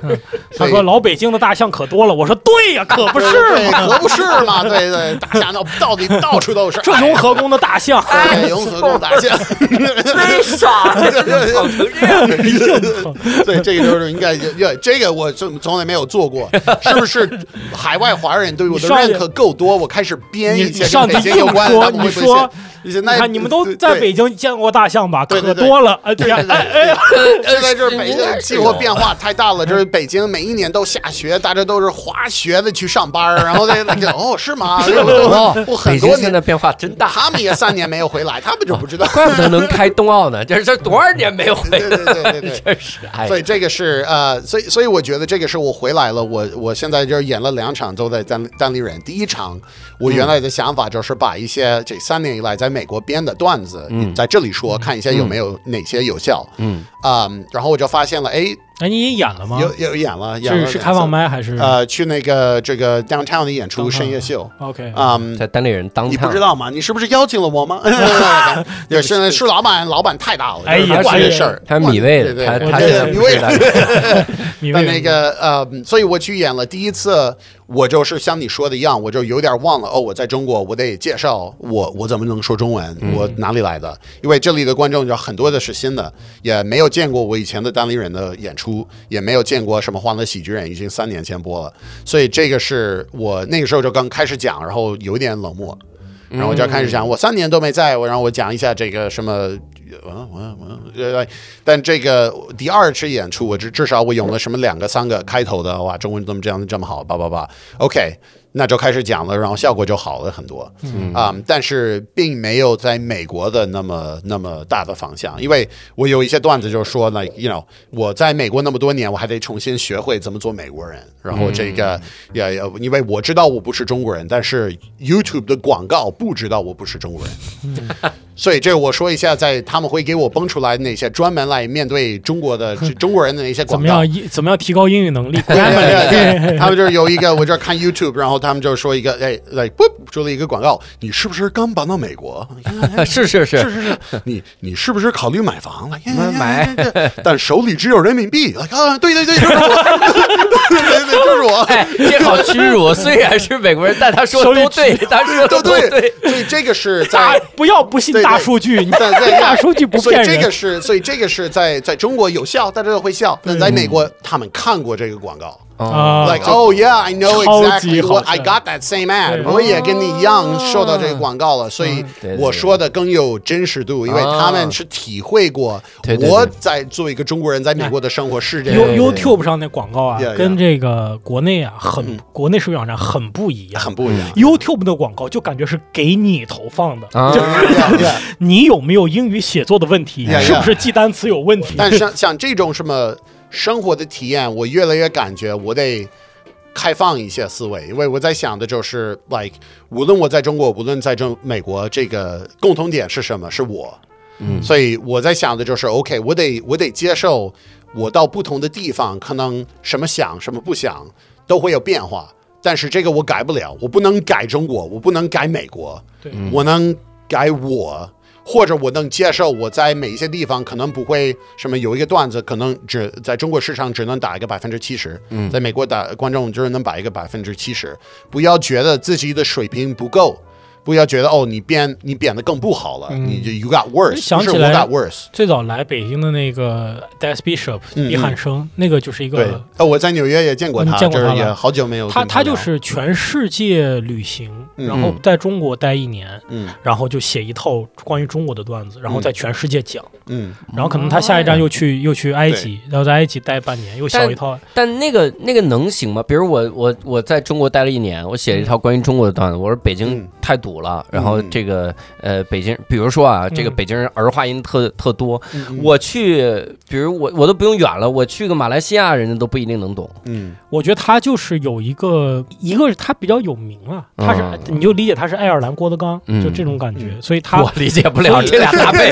他说老北京的大象可多了，我说对呀，可不是 对嘛，可不是嘛？对对，大家闹到底到处都是。这哎雍和宫的大象， 哎，融合共大象， 为啥呀？捧成这样， 对，这个就是应该要这个我从从来没有做过，是不是？海外华人对我的认可够多，我开始编一些跟北京有关的，他们会不会你看你们都在北京，京见过大象吧？对对可对多了，哎对对呀对，哎对， 现呃在就是北京气候变化太大了，就是北京每一年都下雪，大家都是滑雪的去上班，然后那那哦是吗？我很哦北多京现年在变化真大，他们也三年没有回来，他们就不知 道。怪不得能开冬奥呢，这这多少年没有回对对对来，对对。真是 哎所。以这个是呃，所以所以我觉得这个是我回来了，我我现在就是演了两场都在单单立人。第一场，我原嗯来的想法就是把一些这三年以来在美国编的段子，嗯在这里说，看一下有没有哪些有效。嗯啊、然后我就发现了，哎，哎，你也演了吗？有有演了，演了是是开放麦，麦还是呃，去那个这个 downtown 的演出 downtown 深夜秀。 ？OK，嗯，在单立人当你不趟知，道吗？你是不是邀请了 我吗？也是是老板，老板太大了，哎就是也管是这事儿，他是米未的对对他对他对现在米不未是的单立人你那为那个呃，所以我去演了第一次，我就是像你说的一样，我就有点忘了哦，我在中国，我得介绍我我怎么能说中文，嗯我哪里来的？因为这里的观众有很多的是新的，也没有见过我以前的单立人的演出，也没有见过什么《欢乐喜剧人》，已经三年前播了，所以这个是我那个时候就刚开始讲，然后有点冷漠。然后我就开始嗯讲，我三年都没在，我然后我讲一下这个什么，我我我，呃但这个第二次演出，我至至少我用了什么两个三个开头的，哇，中文怎么这样这么好，叭叭叭，OK，那就开始讲了，然后效果就好了很多。嗯啊、但是并没有在美国的那么那么大的方向，因为我有一些段子就说，like you know，我在美国那么多年，我还得重新学会怎么做美国人。然后这个也、也因为我知道我不是中国人，但是 YouTube 的广告不知道我不是中国人，所以这我说一下，在他们会给我蹦出来那些专门来面对中国的中国人的那些怎广么告样，一怎么样提高英语能力 对对？Grammarly，对，他们就是有一个，我这看 YouTube，然后他们就说一个，哎，来，不，出了一个广告，你是不是刚搬到美国？哎是是是是是是，你你是不是考虑买房了？呀呀哎呀买呀呀呀但手里只有人民币。啊，对对对，就是我， 对对对，就是我。哎，这好屈辱。虽然是美国人，但他说的都对，他说的都都对。对，所以这个是大在不要不信对对大数据，你在在 大数据不所以骗这个人。是，所以这个是在在中国有效，大家都会笑。但在美国，他们看过这个广告，哦啊 like oh yeah I know 超级 exactly 好 what I 笑 got that same 对嗯 ad，我也跟你一样受到这个广告了，所以对对我说的更有真实度，因为他啊们是体会过对对对我在作为一个中国人在美国的生活是这对对 You 有样， YouTube 上那广告啊 Yeah，yeah 跟这个国内啊，很国内视频网站很不一样。嗯很不一样。 YouTube 的广告就感觉是给你投放的，啊就 Yeah, yeah 你有没有英语写作的问题 Yeah, yeah 是不是记单词有问题？但是像像这种什么生活的体验，我越来越感觉我得开放一些思维，因为我在想的就是，like 无论我在中国，无论在中美国，这个共同点是什么？是我。嗯所以我在想的就是，OK，我得我得接受，我到不同的地方，可能什么想什么不想都会有变化，但是这个我改不了，我不能改中国，我不能改美国，对我能改我。或者我能接受我在每一些地方可能不会什么有一个段子，可能只在中国市场只能打一个百分之七十，嗯在美国打观众就是能打一个百分之七十。不要觉得自己的水平不够，不要觉得哦你变你变得更不好了，嗯你就 you got worse，想不是起我来 got worse。最早来北京的那个 Des Bishop 嗯毕汉生，那个就是一对个，呃，我在纽约也见过他，嗯见过就他是也了好久没有他跟他就聊是全世界旅行，嗯然后在中国待一年，嗯然后就写一套关于中国的段子，然后在全世界讲，嗯哦然后可能他下一站又去又去埃及，然后在埃及待半年，又写但一套，但那个那个能行吗？比如我我我在中国待了一年，我写了一套关于中国的段子，我说北京嗯太堵了，然后嗯这个呃北京，比如说啊，这个嗯北京人儿化音特特多，嗯我去，比如我我都不用远了，我去个马来西亚，人家都不一定能懂。嗯我觉得他就是有一个，一个是他比较有名啊，他是、嗯你就理解他是爱尔兰郭德纲，嗯就这种感觉，嗯所以他我理解不了所以这俩搭 配，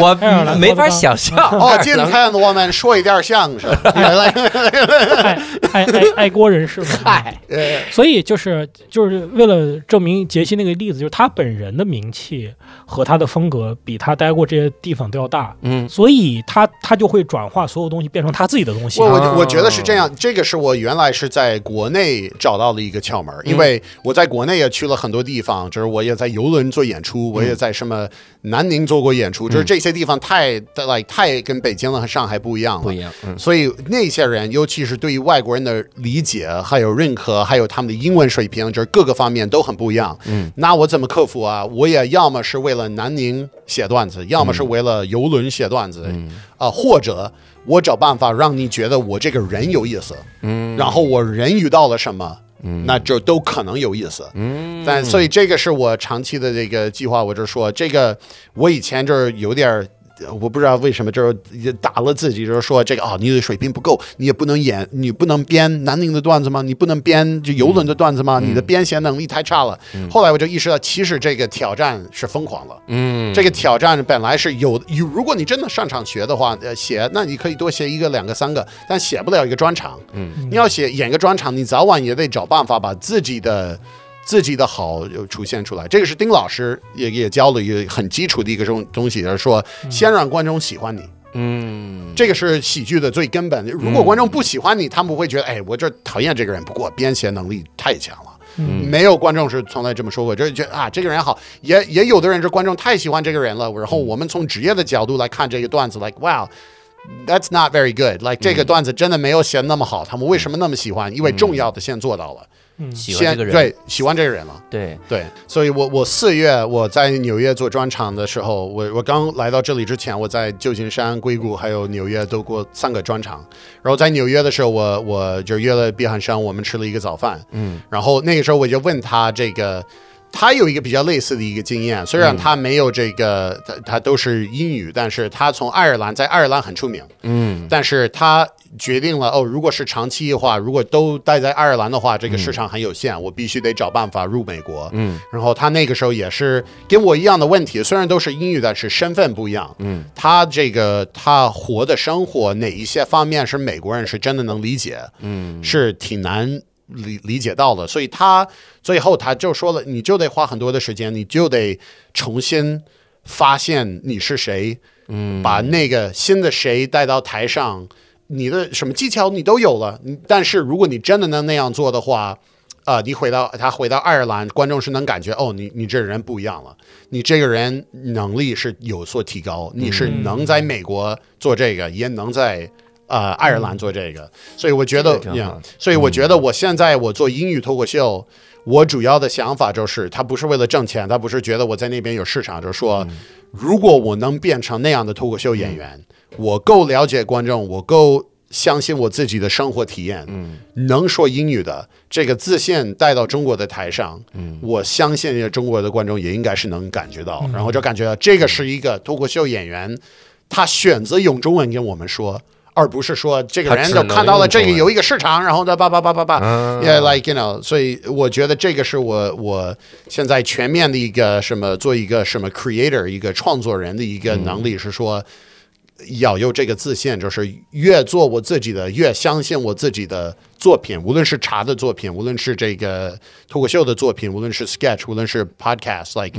我爱尔兰没郭德法纲想象。 哦，今天我们说一点相声，来来，爱爱爱爱国人士嘛。嗨，呃所以就是就是为了证明杰西那个例子，就是他本人的名气和他的风格比他待过这些地方都要大，嗯所以他他就会转化所有东西变成他自己的东西我。啊我我觉得是这样，这个是我原来是在国内找到了一个窍门儿，因为我在国内也去了很多地方，就是我也在游轮做演出，我也在什么南宁做过演出，就是这些地方太太太跟北京了和上海不一样不了一。样，嗯所以那些人，尤其是对于外国人的理解、还有认可，还有他们的英文水平，就是各个方面都很不一样。嗯，那我怎么克服啊？我也要么是为了南宁写段子，要么嗯是为了游轮写段子，啊、或者我找办法让你觉得我这个人有意思，嗯，然后我人遇到了什么，嗯那就都可能有意思。嗯，但所以这个是我长期的这个计划，我就说这个我以前就是有点儿。呃我不知道为什么，就是也打了自己，就是说这个啊、你的水平不够，你也不能演，你不能编南宁的段子吗？你不能编就游轮的段子吗？你的编写能力太差了。后来我就意识到，其实这个挑战是疯狂了。嗯这个挑战本来是有，有如果你真的上场学的话，呃，写那你可以多写一个、两个、三个，但写不了一个专场。嗯你要写演个专场，你早晚也得找办法把自己的自己的好就出现出来。这个是丁老师也也教了一个很基础的一个东东西，就是说先让观众喜欢你。嗯这个是喜剧的最根本。如果观众不喜欢你，他们会觉得，哎，我这讨厌这个人，不过编写能力太强了。嗯没有观众是从来这么说过，就是觉得啊，这个人好，也也有的人是观众太喜欢这个人了，然嗯后我们从职业的角度来看这个段子，like wow。That's 嗯 not very good. Like 这个段子真的没有写得那么好，他们为什么那么喜欢？因为重要的先做到了，嗯，喜欢先这个人，对喜欢这个人了。对，对，所以我我四月我在纽约做专场的时候，我我刚来到这里之前，我在旧金山、硅谷还有纽约都过三个专场。然后在纽约的时候，我我就约了毕汉生，我们吃了一个早饭。嗯，然后那个时候我就问他这个。他有一个比较类似的一个经验，虽然他没有这个，他他都是英语，但是他从爱尔兰在爱尔兰很出名，嗯，但是他决定了哦，如果是长期的话，如果都待在爱尔兰的话，这个市场很有限，我必须得找办法入美国。嗯，然后他那个时候也是跟我一样的问题，虽然都是英语，但是身份不一样。嗯，他这个他活的生活哪一些方面是美国人是真的能理解？嗯，是挺难。理理解到了，所以他最后他就说了，你就得花很多的时间，你就得重新发现你是谁，嗯把那个新的谁带到台上，你的什么技巧你都有了，你但是如果你真的能那样做的话，呃，你回到他回到爱尔兰，观众是能感觉哦，你你这人不一样了，你这个人能力是有所提高，嗯你是能在美国做这个，也能在。呃，爱尔兰做这个，所以我觉得这个真好 yeah，所以我觉嗯得我现在我做英语脱口秀，我主要的想法就是，他不是为了挣钱，他不是觉得我在那边有市场，就嗯是说，如果我能变成那样的脱口秀演员，嗯我够了解观众，我够相信我自己的生活体验，嗯，能说英语的这个自信带到中国的台上，嗯，我相信中国的观众也应该是能感觉嗯到，然后就感觉到这个是一个脱口秀演员，他选择用中文跟我们说。而不是说这个他人只就能看到了用中这个文有一个市场，然后再叭叭叭叭叭，嗯 Yeah, like you know，所以我觉得这个是我我现在全面的一个什么做一个什么 creator 一个创作人的一个能力是说。要有这个自信，就是越做我自己的，越相信我自己的作品，无论是茶的作品，无论是这个脱口秀的作品，无论是 sketch，无论是 podcast，like、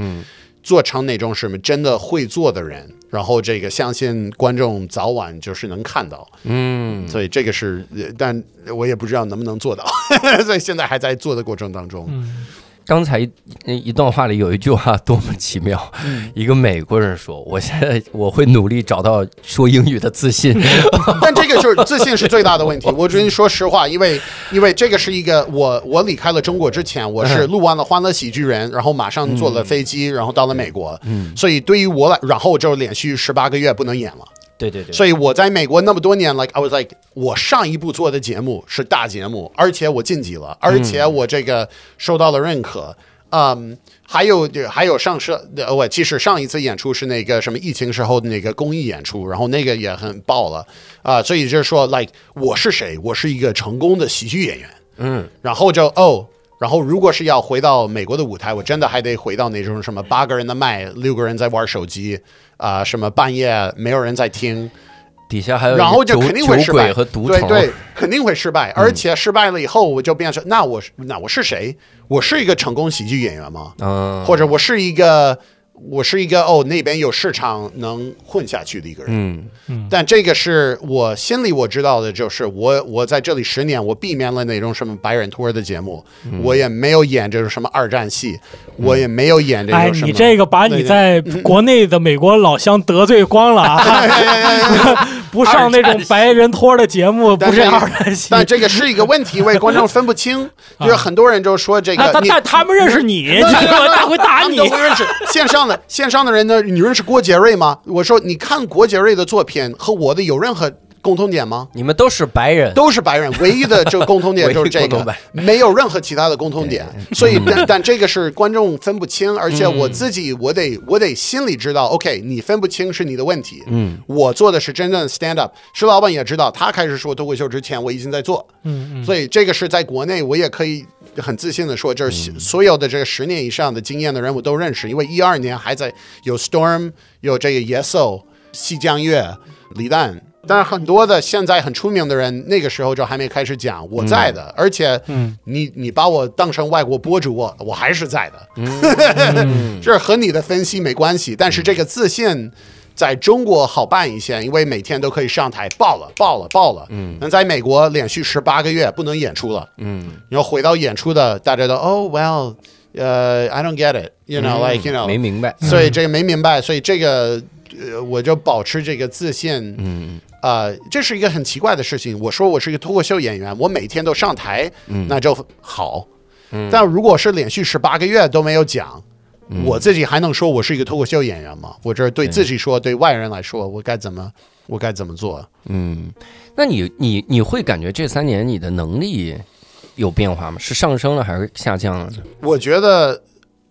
做成那种什么真的会做的人，然后这个相信观众早晚就是能看到，嗯，所以这个是，呃但我也不知道能不能做到， 所以现在还在做的过程当中，刚才一一段话里有一句话多么奇妙，一个美国人说：“我现在我会努力找到说英语的自信。但这个就是自信是最大的问题。我跟你说实话，因为因为这个是一个我我离开了中国之前，我是录完了《欢乐喜剧人》，然后马上坐了飞机，然后到了美国，所以对于我来，然后我就连续十八个月不能演了。” 对对对所以我在美国那么多年，like I was like，我上一部做的节目是大节目，而且我晋级嗯了，而且我这个受到了认可。嗯，还有还有上是呃我其实上一次演出是那个什么疫情时候的那个公益演出，然后那个也很爆了啊、所以就是说，like 我是谁？我是一个成功的喜剧演员。嗯，然后就哦，然后如果是要回到美国的舞台，我真的还得回到那种什么八个人的麦，六个人在玩手机啊、什么半夜没有人在听，底下呃还有然后就酒肯定会失酒败鬼和毒嗯对虫， 对，肯定会失败，而且失败了以后，我就变成那我是那我是谁？我是一个成功喜剧演员吗？嗯，或者我是一个我是一个哦那边有市场能混下去的一个人？嗯但这个是我心里我知道的，就是我我在这里十年，我避免了那种什么白人托儿的节目，嗯我也没有演这种什么二战戏，我也没有演这哎，种什么。你这个把你在国内的美国老乡得罪光了啊！ 不上那种白人托的节目，不但是是二人戏。但这个是一个问题，为观众分不 清，就是很多人就说这啊那个他你啊但他们认识 你，你知道吗？哎他会打他们你 都。不认识。线上的线上的人呢？你认识郭杰瑞吗？我说你看郭杰瑞的作品和我的有任何共同点吗？你们都是白人，都是白人，唯一的就共同 点唯一就是这共同嗯个白，没有任何其他的共同点。所以，但但这个是观众分不清，而嗯且我自己我得我得心里知道，OK，你分不清是你的问题。嗯，我做的是真正的 stand up。石老板也知道，他开始说脱口秀之前，我已经在做。嗯所以这个是在国内，我也可以很自信的说，就是嗯所有的这个十年以上的经验的人我都认识，因为一二年还在有 Storm，有这个野兽、西江月、李诞。但是很多的现在很出名的人，那个时候就还没开始讲我在的，而且嗯你你把我当成外国博主，我我还是在的，嗯 这和你的分析没关系。但是这个自信在中国好办一些，因为每天都可以上台爆了爆了爆了。嗯，但在美国连续十八个月不能演出了。嗯，然后回到演出的，大家都哦 well，呃、i don't get it，you know，like you know，嗯没明白，所以这个没明白，所以这个呃，我就保持这个自信。嗯，啊，这是一个很奇怪的事情。我说我是一个脱口秀演员，我每天都上台，那就好。嗯但如果是连续十八个月都没有讲，嗯我自己还能说我是一个脱口秀演员吗？我这对自己说，对外人来说，我该怎么我该怎么做？嗯，那你你你会感觉这三年你的能力有变化吗？是上升了还是下降了呢？我觉得。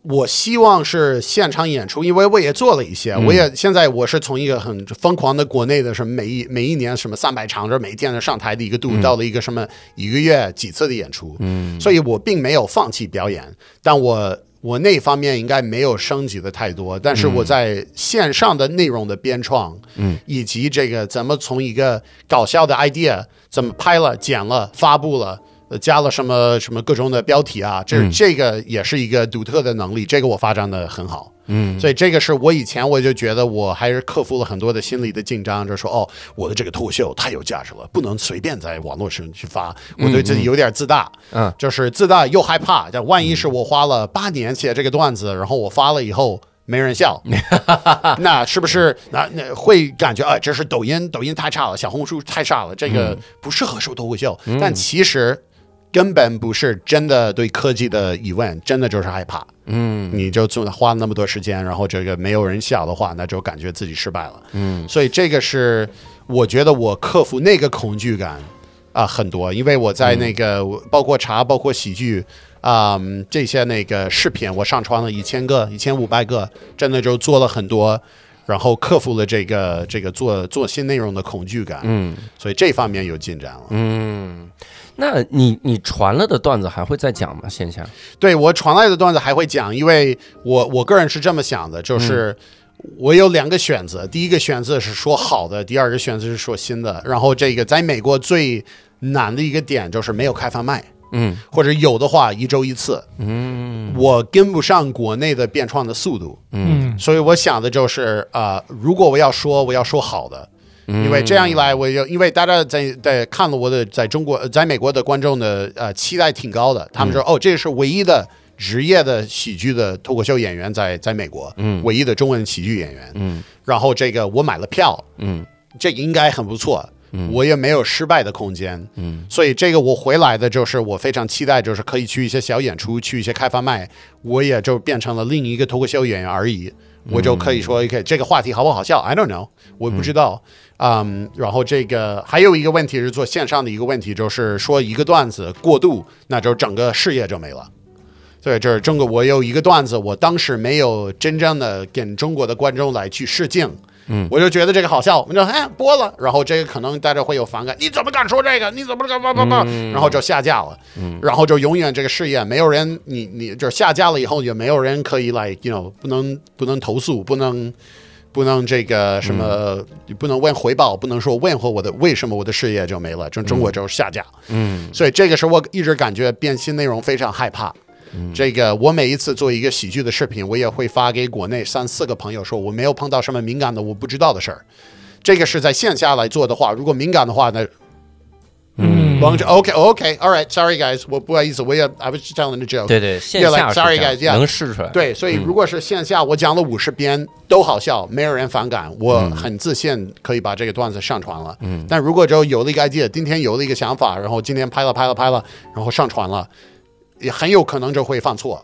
我希望是现场演出，因为我也做了一些，嗯我也现在我是从一个很疯狂的国内的什么每一每一年什么三百场，这每一天的上台的一个度，到了一个什么一个月几次的演出，嗯所以我并没有放弃表演，但我我那方面应该没有升级的太多，但是我在线上的内容的编创，嗯，以及这个怎么从一个搞笑的 idea 怎么拍了、剪了、发布了。呃加了什么什么各种的标题啊，这、嗯这个也是一个独特的能力，这个我发展的很好。嗯，所以这个是我以前我就觉得我还是克服了很多的心理的紧张，就说哦，我的这个脱口秀太有价值了，不能随便在网络上去发，我对自己有点自大，嗯嗯就是自大又害怕，但万一是我花了八年写这个段子，然后我发了以后。没人笑，啊那是不是那那会感觉啊、这是抖音，抖音太差了，小红书太差了，这嗯个不适合说脱口秀。但其实根本不是真的对科技的疑问，真的就是害怕。嗯你就做花了那么多时间，然后这个没有人笑的话，那就感觉自己失败了。嗯所以这个是我觉得我克服那个恐惧感啊、很多，因为我在那个、嗯包括茶，包括喜剧。啊、嗯这些那个视频我上传了一千个、一千五百个，真的就做了很多，然后克服了这个这个做做新内容的恐惧感，嗯所以这方面有进展了。嗯，那你你传了的段子还会再讲吗？线下？对我传来的段子还会讲，因为我我个人是这么想嗯的，就是我有两个选择，第一个选择是说好的，第二个选择是说新的。然后这个在美国最难的一个点就是没有开放麦，嗯或者有的话一周一次，嗯我跟不上国内的变创的速度，嗯嗯所以我想的就是啊、呃如果我要说，我要说好的，因为这样一来，我就因为大家在在看了我的在中国、呃在美国的观众的呃期待挺高的，他们说、嗯哦，这是唯一的职业的喜剧的脱口秀演员在在美国，嗯唯一的中文喜剧演员。嗯然后这个我买了票，嗯这个应该很不错，嗯我也没有失败的空间，嗯所以这个我回来的就是我非常期待，就是可以去一些小演出，去一些开放麦，我也就变成了另一个脱口秀演员而已。我就可以说，OK，这个话题好不好笑？I don't know，我不知道。嗯，然后这个还有一个问题是做线上的一个问题，就是说一个段子过度，那就整个事业就没了。对，这是中国。我有一个段子，我当时没有真正的跟中国的观众来去试镜，嗯我就觉得这个好笑，我们就哎播了，然后这个可能大家会有反感，你怎么敢说这个？你怎么敢叭叭叭？然后就下架了，然后就永远这个事业没有人，你你就是下架了以后也没有人可以来，you know，不能不能投诉，不能。不能这个什么，不能问回报，不能说问回我的为什么我的事业就没了，就中国就是下架。嗯所以这个是我一直感觉变新内容非常害怕。这个我每一次做一个喜剧的视频，我也会发给国内三四个朋友，说我没有碰到什么敏感的我不知道的事儿。这个是在线下来做的话，如果敏感的话呢，嗯，光就 OK OK all right sorry guys，我不好意思，我也 I was just telling the joke。对嗯对，线 Yeah, 下 like, 是这 sorry 样 guys, yeah. 能试出来。对，所以如果是线下，我讲了五十遍都好笑，没有人反感，嗯我很自信可以把这个段子上传了。嗯，但如果就有了一个 idea，今天有了一个想法，然后今天拍了拍了拍了，然后上传了，也很有可能就会犯错。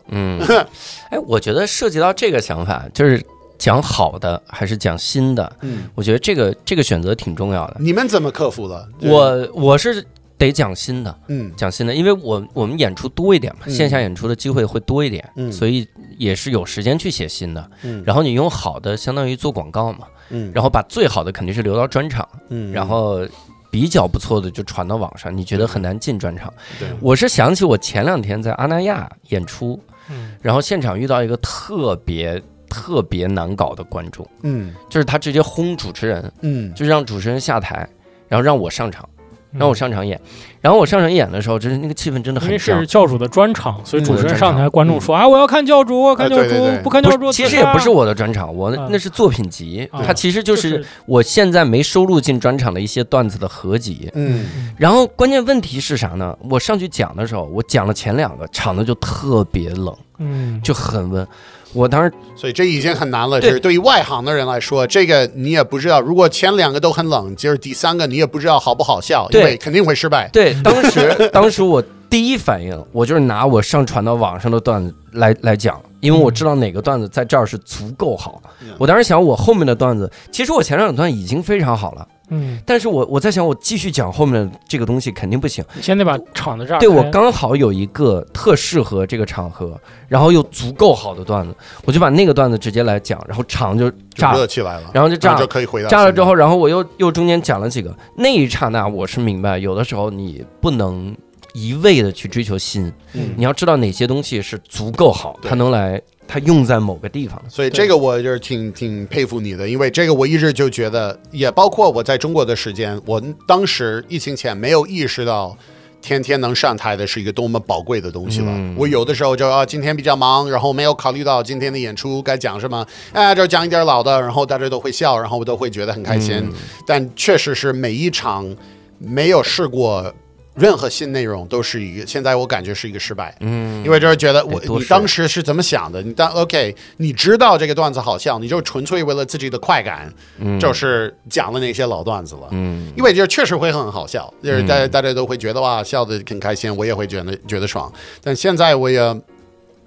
哎，我觉得涉及到这个想法，就是讲好的还是讲新的，嗯，我觉得这个这个选择挺重要的。你们怎么克服的？嗯我我是得讲新的，嗯讲新的，因为我我们演出多一点嘛，嗯线下演出的机会会多一点，嗯所以也是有时间去写新的。嗯然后你用好的，相当于做广告嘛，嗯然后把最好的肯定是留到专场，嗯然后比较不错的就传到网上。你觉得很难进专场？嗯对我是想起我前两天在阿那亚演出，嗯然后现场遇到一个特别特别难搞的观众，嗯就是他直接轰主持人，嗯就是让主持人下台，然后让我上场，让我嗯上场演。然后我上场演的时候，真是那个气氛真的因很为僵是。教主的专场，所以主持人嗯上专台，观众说：“啊，我要看教主，我要看教哎对对主对，不看不是教啊主。”其实也不是我的专场，我那嗯那是作品集，啊它其实就就是我现在没收录进专场的一些段子的合集。嗯然后关键问题是啥呢？我上去讲的时候，我讲了前两个，场子就特别冷，嗯，就很温。我当时所以这已经很难了。对就是对于外行的人来说，这个你也不知道。如果前两个都很冷，就是第三个你也不知道好不好笑，因对为肯定会失败。对当时当时我第一反应我就是拿我上传到网上的段子来来讲，因为我知道哪个段子在这儿是足够好。嗯我当时想，我后面的段子，其实我前两个段已经非常好了，嗯，但是我我在想，我继续讲后面的这个东西肯定不行。你先得把场子这儿对我开刚好有一个特适合这个场合，然后又足够好的段子，我就把那个段子直接来讲，然后场就就炸热了，起来了，然后就炸然后了就。可以回到炸了现之在后，然后我又又中间讲了几个，那一刹那我是明白，有的时候你不能一味的去追求新，嗯你要知道哪些东西是足够好，对它能来，它用在某个地方。所以这个我就是挺挺佩服你的，因为这个我一直就觉得，也包括我在中国的时间，我当时疫情前没有意识到。天天能上台的是一个多么宝贵的东西了。嗯我有的时候就啊，今天比较忙，然后没有考虑到今天的演出该讲什么，哎，就讲一点老的，然后大家都会笑，然后我都会觉得很开心。嗯但确实是每一场没有试过任何新内容，都是一个现在我感觉是一个失败。嗯，因为就是觉得我得多你试当时是怎么想的？你当 OK，你知道这个段子好笑，你就纯粹为了自己的快感，就是讲了那些老段子了。嗯，因为这确实会很好笑，就是大家大家都会觉得哇笑的很开心，我也会觉得觉得爽。但现在我也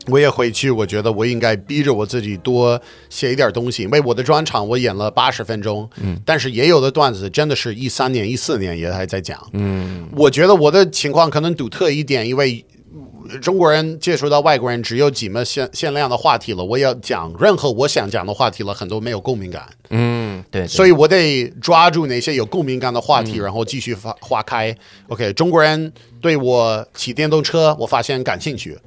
我也回去，我觉得我应该逼着我自己多写一点东西，因为我的专场我演了八十分钟，嗯，但是也有的段子真的是一三年、一四年也还在讲，嗯，我觉得我的情况可能独特一点，因为。中国人接触到外国人只有几么限限量的话题了，我要讲任何我想讲的话题了，很多没有共鸣感。嗯，对，嗯所以以我得抓住那些有共鸣感的话题，然后继续发花开。OK，中国人对我骑电动车，我发现感兴趣，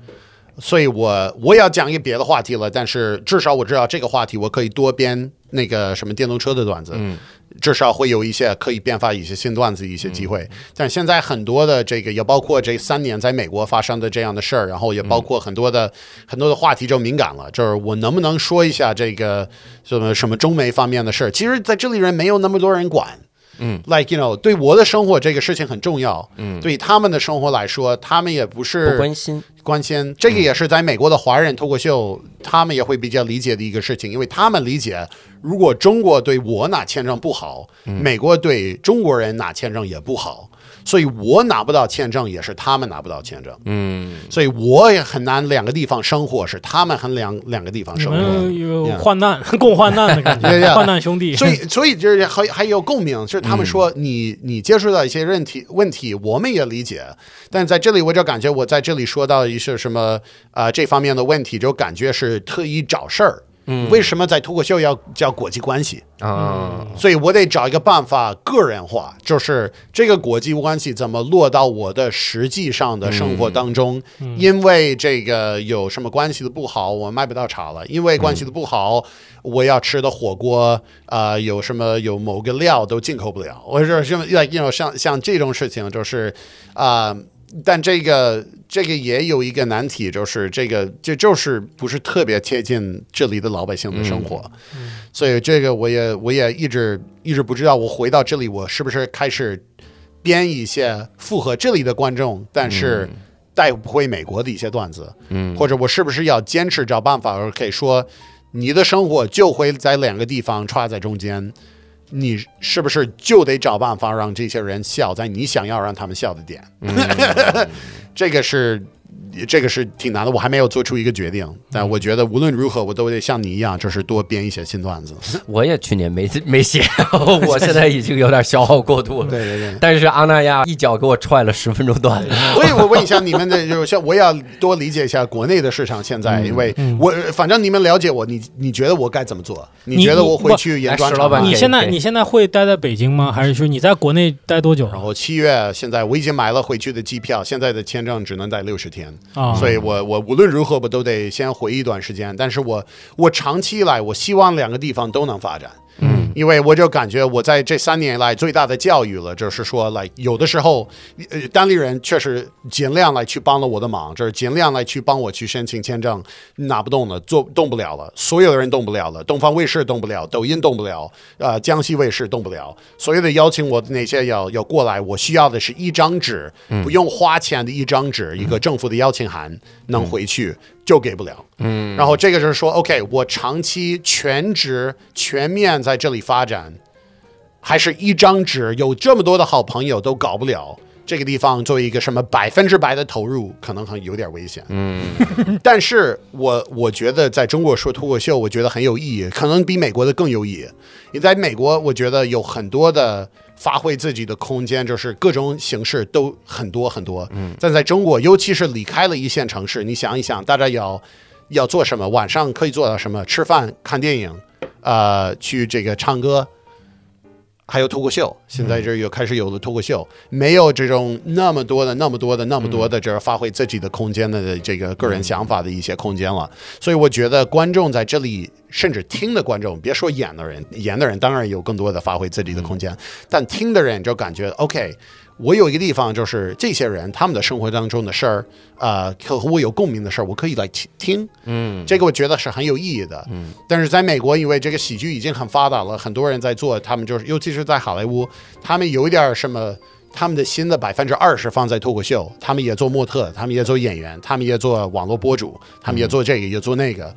所以我我要讲一个别的话题了。但是至少我知道这个话题，我可以多编那个什么电动车的段子，嗯至少会有一些可以变发一些新段子一些机会。但现在很多的这个，也包括这三年在美国发生的这样的事儿，然后也包括很多的、很多的话题就敏感了。就是我能不能说一下这个什么什么中美方面的事儿？其实在这里人没有那么多人管。嗯，like you know，对我的生活这个事情很重要。嗯，对他们的生活来说，他们也不是不关心，关心，这个也是在美国的华人脱口秀，他们也会比较理解的一个事情，因为他们理解，如果中国对我拿签证不好，美国对中国人拿签证也不好，所以我拿不到签证，也是他们拿不到签证，嗯，所以我也很难两个地方生活，是他们很两两个地方你生活。们有 Yeah 患难，共患难的感 Yeah, 觉， yeah 患难兄弟。嗯所以，所以就是还还有共鸣，就是他们说你、你接触到一些问题问题，我们也理解，但在这里我就感觉我在这里说到一些什么啊、呃这方面的问题，就感觉是特意找事儿。嗯，为什么在脱口秀要叫国际关系？啊，所以我得找一个办法个人化，就是这个国际关系怎么落到我的实际上的生活当中。因为这个有什么关系的不好，我卖不到茶了；因为关系的不好，我要吃的火锅，呃，有什么有某个料都进口不了。我是什么，like you know，像像这种事情，就是啊、但这个这个也有一个难题，就是这个这就是不是特别贴近这里的老百姓的生活。所以这个我也我也一直一直不知道，我回到这里我是不是开始编一些符合这里的观众，但是带不回美国的一些段子，嗯，或者我是不是要坚持找办法，可以说你的生活就会在两个地方插在中间。你是不是就得找办法让这些人笑在你想要让他们笑的点？ 这个是这个是挺难的，我还没有做出一个决定。但我觉得无论如何，我都得像你一样，就是多编一些新段子。我也去年没没写，我现在已经有点消耗过度了。 对对对。但是阿那亚一脚给我踹了十分钟断， 所以我问一下你们的，就是像我也要多理解一下国内的市场现在，因为我反正你们了解我，你你觉得我该怎么做？你你觉得我回不去演哎专石场老板吗你给？现在给你现在会待在北京吗？还是说你在国内待多久然啊？后七月现在我已经买了回去的机票，现在的签证只能待六十天。啊，所以我我无论如何我都得先回一段时间。但是我我长期以来，我希望两个地方都能发展。嗯，因为我就感觉我在这三年以来最大的教育了，就是说，来有的时候，呃，当地人确实尽量来去帮了我的忙，就是尽量来去帮我去申请签证，拿不动了，做动不了了，所有的人动不了了，东方卫视动不了，抖音动不了，呃，江西卫视动不了，所有的邀请我的那些要要过来，我需要的是一张纸，不用花钱的一张纸，一个政府的邀请函能回去。就给不了，嗯，然后这个就是说，OK，我长期全职全面在这里发展，还是一张纸，有这么多的好朋友都搞不了，这个地方做一个什么百分之百的投入，可能很有点危险。嗯， 但是我我觉得在中国说脱口秀，我觉得很有意义，可能比美国的更有意义。你在美国，我觉得有很多的发挥自己的空间，就是各种形式都很多很多。嗯，但在中国，尤其是离开了一线城市，你想一想，大家要要做什么，晚上可以做到什么，吃饭、看电影，呃，去这个唱歌。还有脱口秀，现在这有开始有了脱口秀，没有这种那么多的、那么多的、那么多的，就是发挥自己的空间的这个个人想法的一些空间了。所以我觉得观众在这里，甚至听的观众，别说演的人，演的人当然有更多的发挥自己的空间，但听的人就感觉 OK。我有一个地方，就是这些人他们的生活当中的事儿，呃，可和我有共鸣的事儿，我可以来听听，嗯，这个我觉得是很有意义的，嗯。但是在美国，因为这个喜剧已经很发达了，很多人在做，他们就是，尤其是在好莱坞，他们有一点儿什么，他们的新的百分之二十放在脱口秀，他们也做模特，他们也做演员，他们也做网络博主，他们也做这个，也做那个。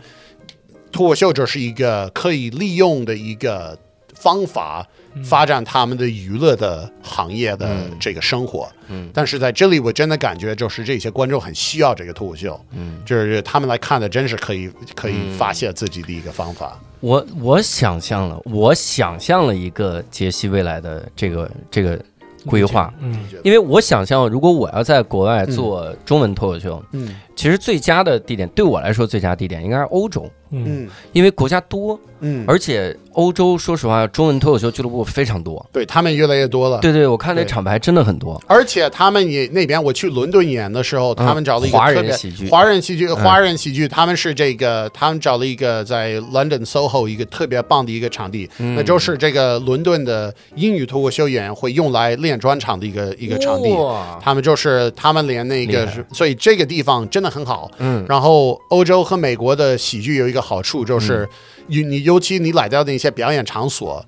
脱口秀就是一个可以利用的一个方法，发展他们的娱乐的行业的这个生活。嗯但是在这里，我真的感觉就是这些观众很需要这个脱口秀，嗯，就是他们来看的，真是可以可以发泄自己的一个方法。我我想象了，我想象了一个杰西未来的这个这个规划，嗯，因为我想象如果我要在国外做中文脱口秀，嗯其实最佳的地点对我来说最佳地点应该是欧洲，嗯，嗯因为国家多，嗯，而且欧洲说实话中文脱口秀俱乐部非常多。对他们越来越多了。对对，我看那啊对厂牌真的很多。而且他们也那边，我去伦敦演的时候，他们找了一嗯个华人特别喜剧嗯华人喜剧，华人喜剧，他们是这个，他们找了一个在 London SOHO 一个特别棒的一个场地，嗯那就是这个伦敦的英语脱口秀演员会用来练专场的一个一个场地。哇他们就是他们连那个厉害，所以这个地方真的很好。嗯，然后欧洲和美国的喜剧有一个好处嗯就是，你你尤其你来到的一些表演场所，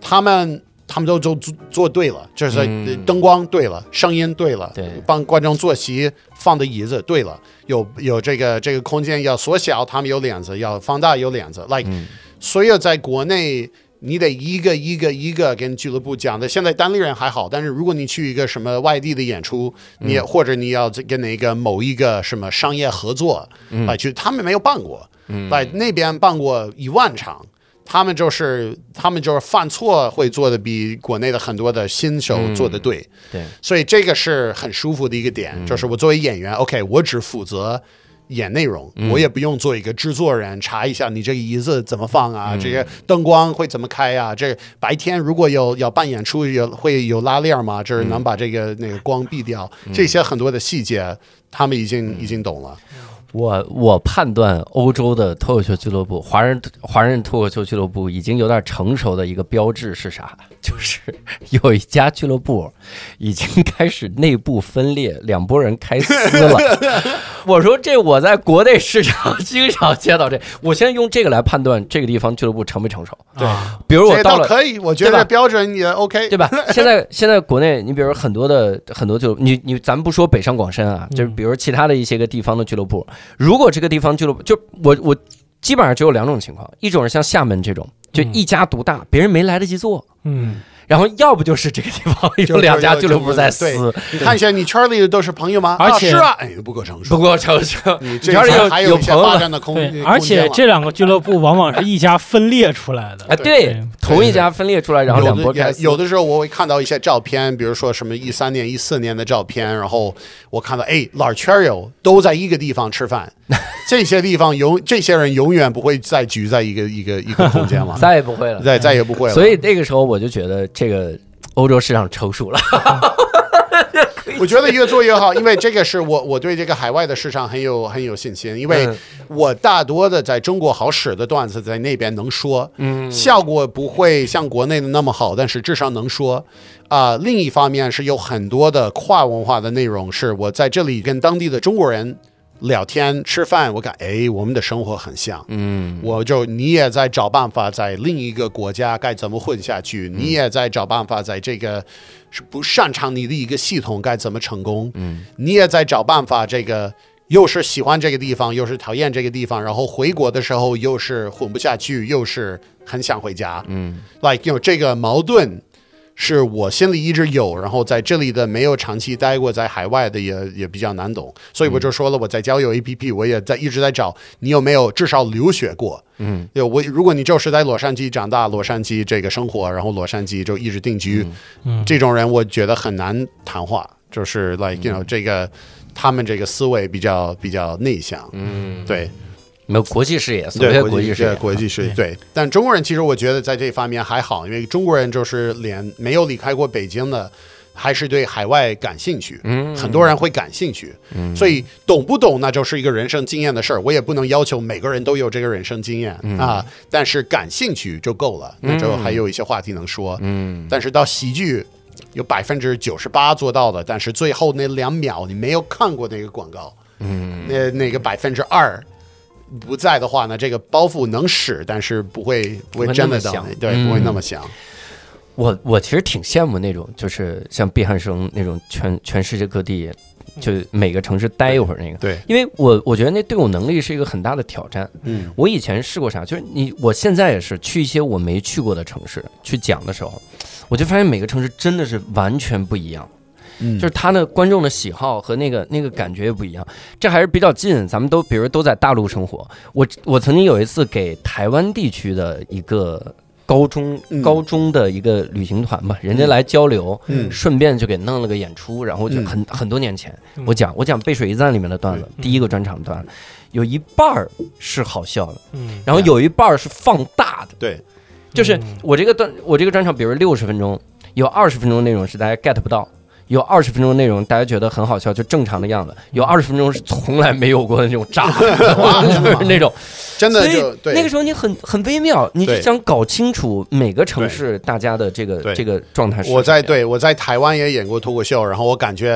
他们他们都都做做对了，就是嗯灯光对了，声音对了，对帮观众坐席放的椅子对了，有有这个这个空间要缩小，他们有脸子要放大有脸子，like、所嗯有在国内。你得一个一个一个跟俱乐部讲的。现在单立人还好，但是如果你去一个什么外地的演出，嗯你也、或者你要跟哪个某一个什么商业合作，啊、嗯就他们没有办过，嗯，那边办过一万场。他们就是他们就是犯错会做的比国内的很多的新手做的对，嗯对，嗯所以这个是很舒服的一个点，就是我作为演员，OK，我只负责演内容，嗯我也不用做一个制作人，查一下你这个椅子怎么放啊，嗯这个灯光会怎么开啊，这白天如果有要办演出，有会有拉链吗？嗯就是能把这个那个光避掉，这些很多的细节，他们已嗯经已经懂了。我我判断欧洲的脱口秀俱乐部，华人华人脱口秀俱乐部已经有点成熟的一个标志是啥？ 就是有一家俱乐部已经开始内部分裂，两拨人开撕了。 我说这我在国内市场经常见到这，我现在用这个来判断这个地方俱乐部成没成熟。对，比如我这到倒了可以，我觉对吧得标准也 OK，对吧？现在现在国内，你比如很多的很多就你你，咱不说北上广深啊，就是比如其他的一些个地方的俱乐部，如果这个地方俱乐部，就我我基本上只有两种情况，一种是像厦门这种，就嗯一家独大，别人没来得及做，嗯，然后要不就是这个地方有两家俱乐部在撕， 你看一下，你圈里都是朋友吗？而啊且是啊，哎，不够成熟不。过成成，你圈里这还有一些朋友发的展的空对，间，而且这两个俱乐部往往是一家分裂出来的，哎，对对，同一家分裂出来，然后两有拨的开也有的时候我会看到一些照片，比如说什么一三年、一四年的照片，然后我看到哎，老圈儿友都在一个地方吃 饭，这些地方永这些人永远不会再聚在一个一个一个空间 ，了再也不会了。再再也不会了。所以那个时候我就觉得这个欧洲市场成熟了，我觉得越做越好，因为这个是我我对这个海外的市场很有很有信心，因为嗯我大多的在中国好使的段子在那边能说，嗯，效果不会像国内的那么好，但是至少能说。啊、另一方面是有很多的跨文化的内容，是我在这里跟当地的中国人。聊天吃饭，我感哎，我们的生活很像，嗯，我就你也在找办法在另一个国家该怎么混下去，你也在找办法在这个是不擅长你的一个系统该怎么成功，嗯，你也在找办法，这个又是喜欢这个地方，又是讨厌这个地方，然后回国的时候又是混不下去，又是很想回家，嗯，like you know 这个矛盾是我心里一直有，然后在这里的没有长期待过，在海外的也也比较难懂，所以我就说了，我在交友 APP 我也在一直在找你有没有至少留学过。嗯，对我，如果你就是在洛杉矶长大，洛杉矶这个生活，然后洛杉矶就一直定居，嗯这种人我觉得很难谈话，就是 like you know、这个他们这个思维比较比较内向，嗯，对没有国际视野，所对谓国际视对野，嗯国际视野对。但中国人其实我觉得在这方面还好，因为中国人就是连没有离开过北京的，还是对海外感兴趣，嗯，很多人会感兴趣，所以懂不懂那就是一个人生经验的事儿，我也不能要求每个人都有这个人生经验、嗯啊。但是感兴趣就够了，那就还有一些话题能说。嗯，但是到喜剧，有百分之九十八做到的，但是最后那两秒你没有看过那个广告，嗯，那那个百分之二。不在的话呢，这个包袱能使，但是不会不会不会真那的么到想那，对，嗯不会那么想。我我其实挺羡慕那种，就是像毕汉生那种全全世界各地，就每个城市待一会儿那个。对，因为我我觉得那对我能力是一个很大的挑战。嗯我以前试过啥，就是你，我现在也是去一些我没去过的城市去讲的时候，我就发现每个城市真的是完全不一样，嗯就是他的观众的喜好和那个那个感觉也不一样。这还是比较近，咱们都比如都在大陆生活。我我曾经有一次给台湾地区的一个高中嗯高中的一个旅行团吧，人家来交流，嗯顺便就给弄了个演出，然后就很、很多年前，我讲我讲《背水一战》里面的段子，嗯第一个专场段，有一半儿是好笑的。嗯然后有一半儿是放大的，对，就是嗯我这个段我这个专场，比如六十分钟，有二十分钟内容是大家 get 不到，有二十分钟内容大家觉得很好笑，就正常的样子，有二十分钟是从来没有过的那种炸，哇真的就吗是那 种，真所的以就对那个时候你很很微妙，你就对想搞清楚每个城市大家的这个对这个状态是什么样。我在对我在台湾也演过脱口秀，然后我感觉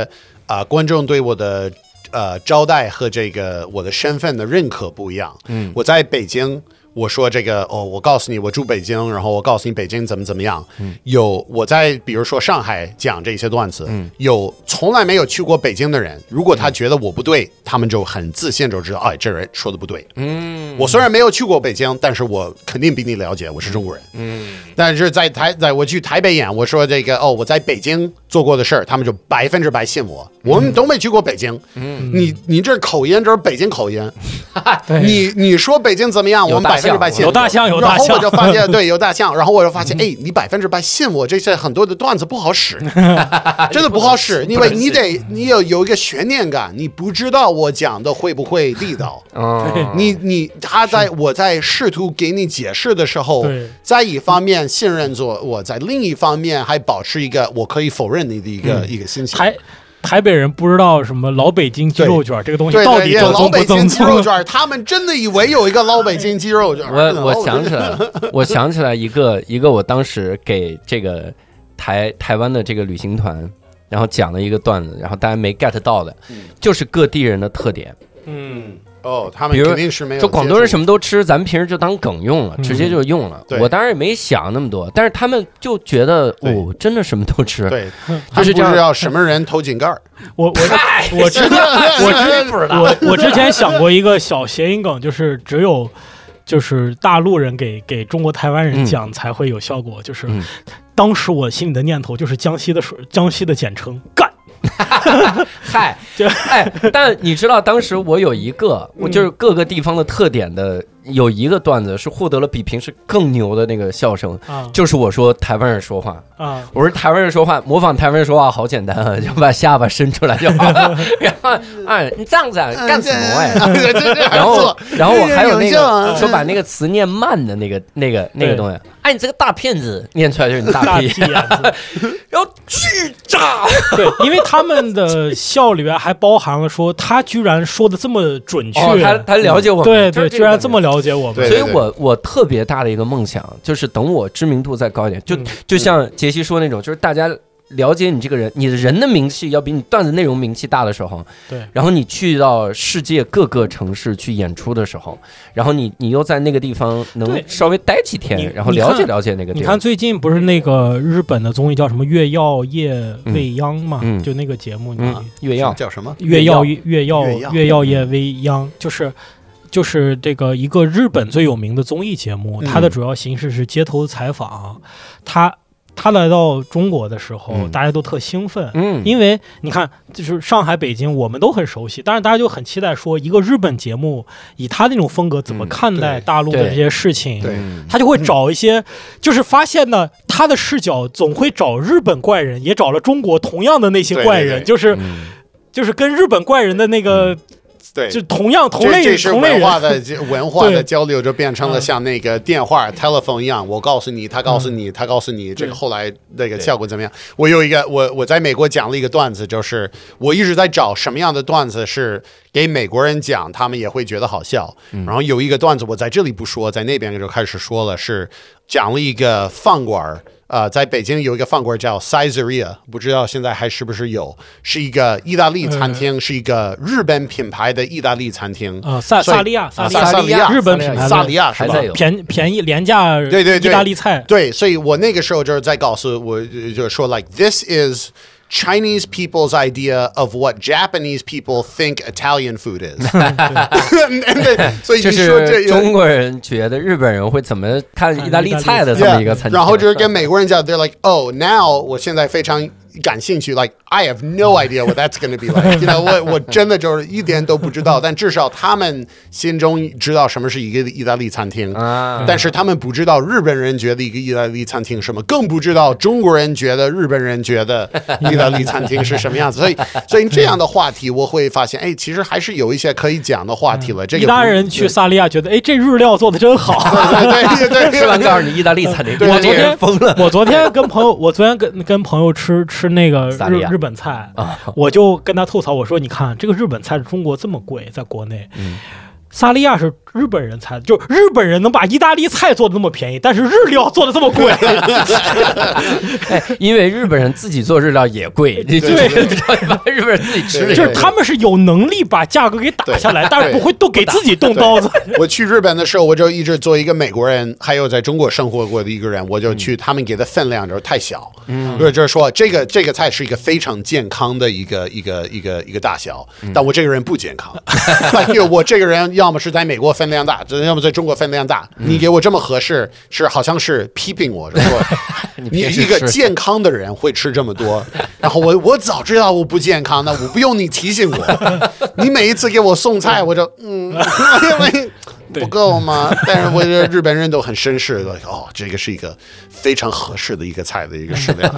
啊、呃观众对我的呃招待和这个我的身份的认可不一样。嗯，我在北京，我说这个哦，我告诉你我住北京，然后我告诉你北京怎么怎么样。嗯有我在比如说上海讲这些段子，嗯有从来没有去过北京的人，如果他觉得我不对，他们就很自信就知道，哎，这人说的不对。嗯我虽然没有去过北京，但是我肯定比你了解，我是中国人。嗯但是在台，在我去台北演，我说这个哦，我在北京做过的事儿，他们就百分之百信我。我们都没去过北京，嗯你你这口音就是北京口音，对你你说北京怎么样，我有们大百分象之百信。哎有大象有大然后象我就发现，对，有大象。然后我就发现，哎，你百分之百信我，这些很多的段子不好使，真的不好使，因为你得你有有一个悬念感，你不知道我讲的会不会地道。 啊，你你他在我在试图给你解释的时候对，在一方面信任着我，在另一方面还保持一个我可以否认你的一嗯个、一个心情。台台北人不知道什么老北京鸡肉卷这个东西对到对底对，正老宗不北京正鸡肉宗。卷，他们真的以为有一个老北京鸡肉卷。我我想起起来了， 我想起来一个一个我当时给这个台台湾的这个旅行团，然后讲了一个段子，然后大家没 get 到的，嗯就是各地人的特点。嗯，哦，他们比如肯定是没有。就广东人什么？么都吃，咱们平时就当梗用了，嗯直接就用了。对我当然也没想那么多，但是他们就觉得对哦，真的什么都吃。对，就就是是这不样知道什么人偷井盖儿。我 我我知道，我知不知啊道， 我我之前想过一个小谐音梗，就是只有就是大陆人给给中国台湾人讲才会有效果，就是嗯当时我心里的念头就是江西的水，江西的简称干。嗨 就，嗯哎，但你知道当时我有一个，我就是各个地方的特点的有一个段子是获得了比平时更牛的那个笑声，啊就是我说台湾人说话，啊，我说台湾人说话，模仿台湾人说话好简单啊，就把下巴伸出来就好 了。然后，啊，你这样子啊，干什么 呀？这 这这还然不后错，然后我还有那这个有效啊个说把那个词念慢的那个那个那个对东西，哎，你这个大骗子，念出来就是你大 大屁屁，眼子。然后巨 炸，对，因为他们的笑里边还包含了说他居然说的这么准确，哦，他他了解我们，对就是这个对，居然感觉这么了解我们对。所以我我特别大的一个梦想就是等我知名度再高一点，就嗯就像杰西说那种，就是大家了解你这个人，你的人的名气要比你段子内容名气大的时候，对然后你去到世界各个城市去演出的时候，然后你你又在那个地方能对稍微待几你天，然后了解你看了解那个地你方看，最近不是那个日本的综艺叫什么《月曜夜未央》嘛，嗯嗯就那个节目，你、嗯，月曜，叫什么？月曜月曜月曜月曜夜未央，就是就是这个一个日本最有名的综艺节目，嗯它的主要形式是街头采访，它。他来到中国的时候，嗯大家都特兴奋。嗯因为你看，就是上海、北京，我们都很熟悉，但是大家就很期待说，一个日本节目以他那种风格怎么嗯看待对大陆的对这些事情，对嗯他就会找一些，就是发现呢，他的视角总会找日本怪人，也找了中国同样的那些对怪对人，对就是嗯就是跟日本怪人的那个，嗯对，就同样同这类这是同类文人，化 的这文化的对交流，就变成了像那个电话 telephone 一样，我告诉你，他告诉嗯你，他告诉你，这个后来那个效果怎么样？我有一个，我我在美国讲了一个段子，就是我一直在找什么样的段子是给美国人讲，他们也会觉得好笑。然后有一个段子，我在这里不说，在那边就开始说了，是讲了一个饭馆儿。呃，在北京有一个饭馆叫 Caesarea，不知道现在还是不是有，是一个意大利餐厅，是一个日本品牌的意大利餐厅。啊，萨所以萨莉亚，萨莉啊亚萨萨莉利亚，日本品牌的萨利亚是还吧在？有便便宜廉价，对对对意大利菜，对，所以我那个时候就是在告诉我，呃就是说，like this is Chinese people's idea of what Japanese people think Italian food is。And then- 所以就你说这是有中国人觉得日本人会怎么看意大利菜的这么一个餐厅，然后就是跟美国人讲，they're like, oh, now 我现在非常感兴趣，like I have no idea what that's going to be like，you know，我我真的就是一点都不知道，但至少他们心中知道什么是一个意大利餐厅，啊，但是他们不知道日本人觉得一个意大利餐厅是什么，更不知道中国人觉得日本人 觉得意大利餐厅是什么样子，所以所以这样的话题我会发现，哎，其实还是有一些可以讲的话题了。这个意大不利人去对萨莉亚觉得，哎，这日料做的真好。 对对对吃 对完告诉你意大利餐厅，对我对昨天对疯了我昨天跟朋友，我昨天跟跟朋友吃吃那个萨莉日亚日本菜，啊，我就跟他吐槽，我说你看这个日本菜在中国这么贵，在国内，嗯萨莉亚是日本人才，就日本人能把意大利菜做的那么便宜，但是日料做的这么贵，哎，因为日本人自己做日料也贵，你就是对日本人自己吃的对也就贵是他们是有能力把价格给打下来，但是不会动给自己动刀子。 我去日本的时候，我就一直做一个美国人，还有在中国生活过的一个人，我就去他们给的分量就是太小，嗯，就是说这个这个菜是一个非常健康的一个一个一个一个大小，但我这个人不健康，因为我这个人要么是在美国分量大，要么在中国分量大，你给我这么合适，是好像是批评我，是说 你平时一个吃健康的人会吃这么多，然后我我早知道我不健康，那我不用你提醒 我，你每一次给我送菜，我就嗯， 因为。不够吗？但是我觉得日本人都很绅士的，哦，这个是一个非常合适的一个菜的一个食量。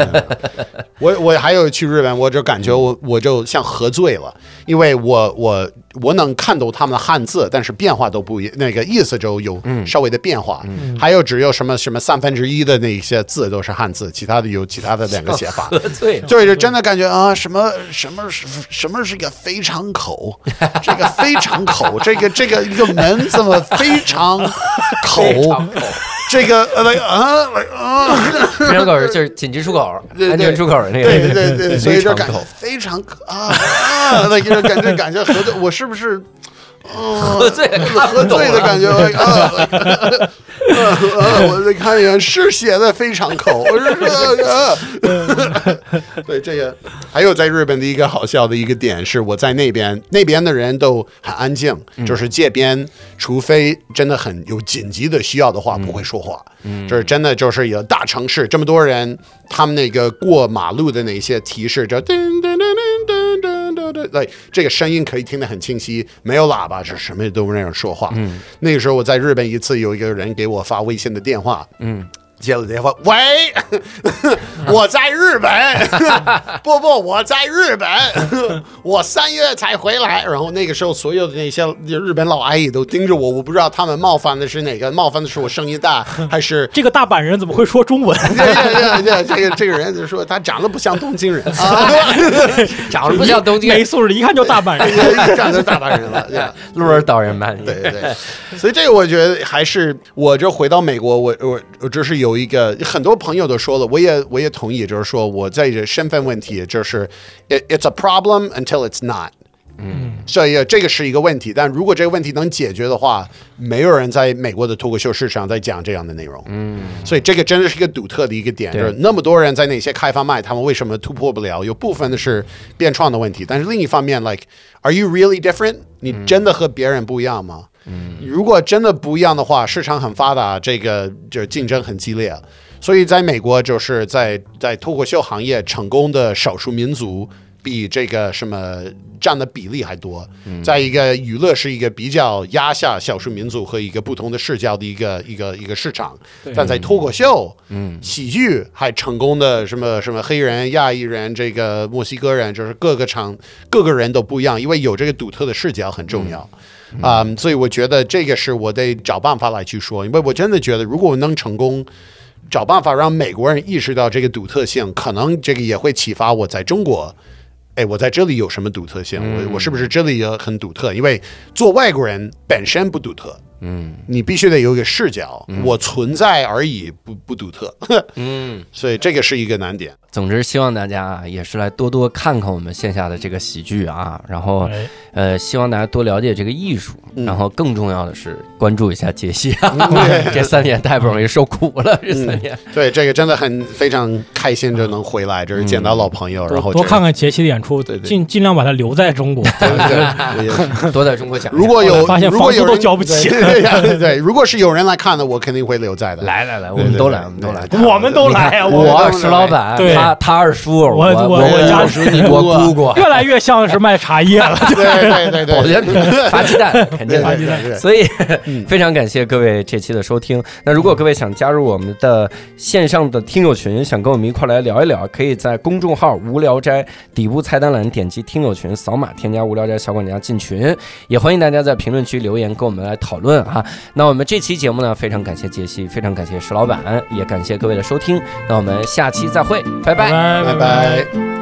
我我还有去日本，我就感觉我我就像喝醉了，因为我我我能看懂他们的汉字，但是变化都不一，那个意思就有稍微的变化。还有只有什么什么三分之一的那些字都是汉字，其他的有其他的两个写法。喝醉了。对，就真的感觉啊，什么什么是什么是一个非常口，这个非常口，这个这个一个门怎么非常口，这个呃啊啊，非常口是就是紧急出口、对对安全出口那个，对对对，所以就感觉 非非常啊啊，那就感觉感觉合着我是不是喝醉了看不喝懂醉的感了。觉啊？我再看一眼，是写的非常口，我是啊。 对，这个还有在日本的一个好笑的一个点是，我在那边那边的人都很安静，就是街边，除非真的很有紧急的需要的话，不会说话。就是真的就是有大城市这么多人，他们那个过马路的那些提示，就噔噔噔噔噔噔噔，对，这个声音可以听得很清晰，没有喇叭，是什么都没有人说话。嗯，那个时候我在日本一次，有一个人给我发微信的电话，嗯。接了电话，喂，我在日本，不不，我在日本，我三月才回来。然后那个时候，所有的那些日本老阿姨都盯着我，我不知道他们冒犯的是哪个，冒犯的是我声音大，还是这个大阪人怎么会说中文？对对对，这个这个人就说他长得不像东京人啊，长得不像东京没素质，一看就大阪人。长得大阪人了。对鹿儿岛人吧？你对对，所以这个我觉得还是，我就回到美国，我我我就是有一个很多朋友都说了，我也我也同意，就是说我在这身份问题，就是 it it's a problem until it's not。嗯，所以这个是一个问题，但如果这个问题能解决的话，没有人在美国的脱口秀市场在讲这样的内容。嗯，所以这个真的是一个独特的一个点，就对是那么多人在那些开放麦，他们为什么突破不了？有部分的是变创的问题，但是另一方面，like are you really different？你真的和别人不一样吗？如果真的不一样的话，市场很发达，这个就是竞争很激烈。所以在美国就是在在脱口秀行业成功的少数民族。比这个什么占的比例还多。再一个，娱乐是一个比较压下少数民族和一个不同的视角的一个一个一个市场对，但在脱口秀、嗯、喜剧还成功的什么什么黑人、亚裔人、这个墨西哥人，就是各个场各个人都不一样，因为有这个独特的视角很重要。啊、所以我觉得这个是我得找办法来去说，因为我真的觉得，如果我能成功，找办法让美国人意识到这个独特性，可能这个也会启发我在中国。哎，我在这里有什么独特性？我我是不是这里也很独特？因为做外国人本身不独特，嗯，你必须得有一个视角，我存在而已不不独特，嗯，所以这个是一个难点。总之，希望大家啊，也是来多多看看我们线下的这个喜剧啊，然哦后哎呃，希望大家多了解这个艺术，嗯然后更重要的是关注一下杰西 啊，这三年太不容易受苦嗯了，这三年。对，这个真的很非常开心，就能回来，就是见到老朋友，多然后多这看看杰西的演出，对对尽尽量把他留在中国。对对对多在中国讲。如果后有来发现如果房租有都人交不起对对对对对，如果是有人来看的，我肯定会留在的。来来来，我对，对们都对来，我们都来。对对我们都来啊！我我石老板，对他他二叔，我我我我我家叔，你我姑啊姑，越来越像是卖茶叶了。对对对对，我觉 得发鸡蛋肯定对的对对 对所以非常感谢各位这期的收听。那如果各位想加入我们的线上的听友群，想跟我们一块来聊一聊，可以在公众号“无聊斋”底部菜单栏点击听友群，扫码添加“无聊斋小管家”进群。也欢迎大家在评论区留言跟我们来讨论啊。那我们这期节目呢，非常感谢杰西，非常感谢石老板，也感谢各位的收听。那我们下期再会，拜拜拜拜拜。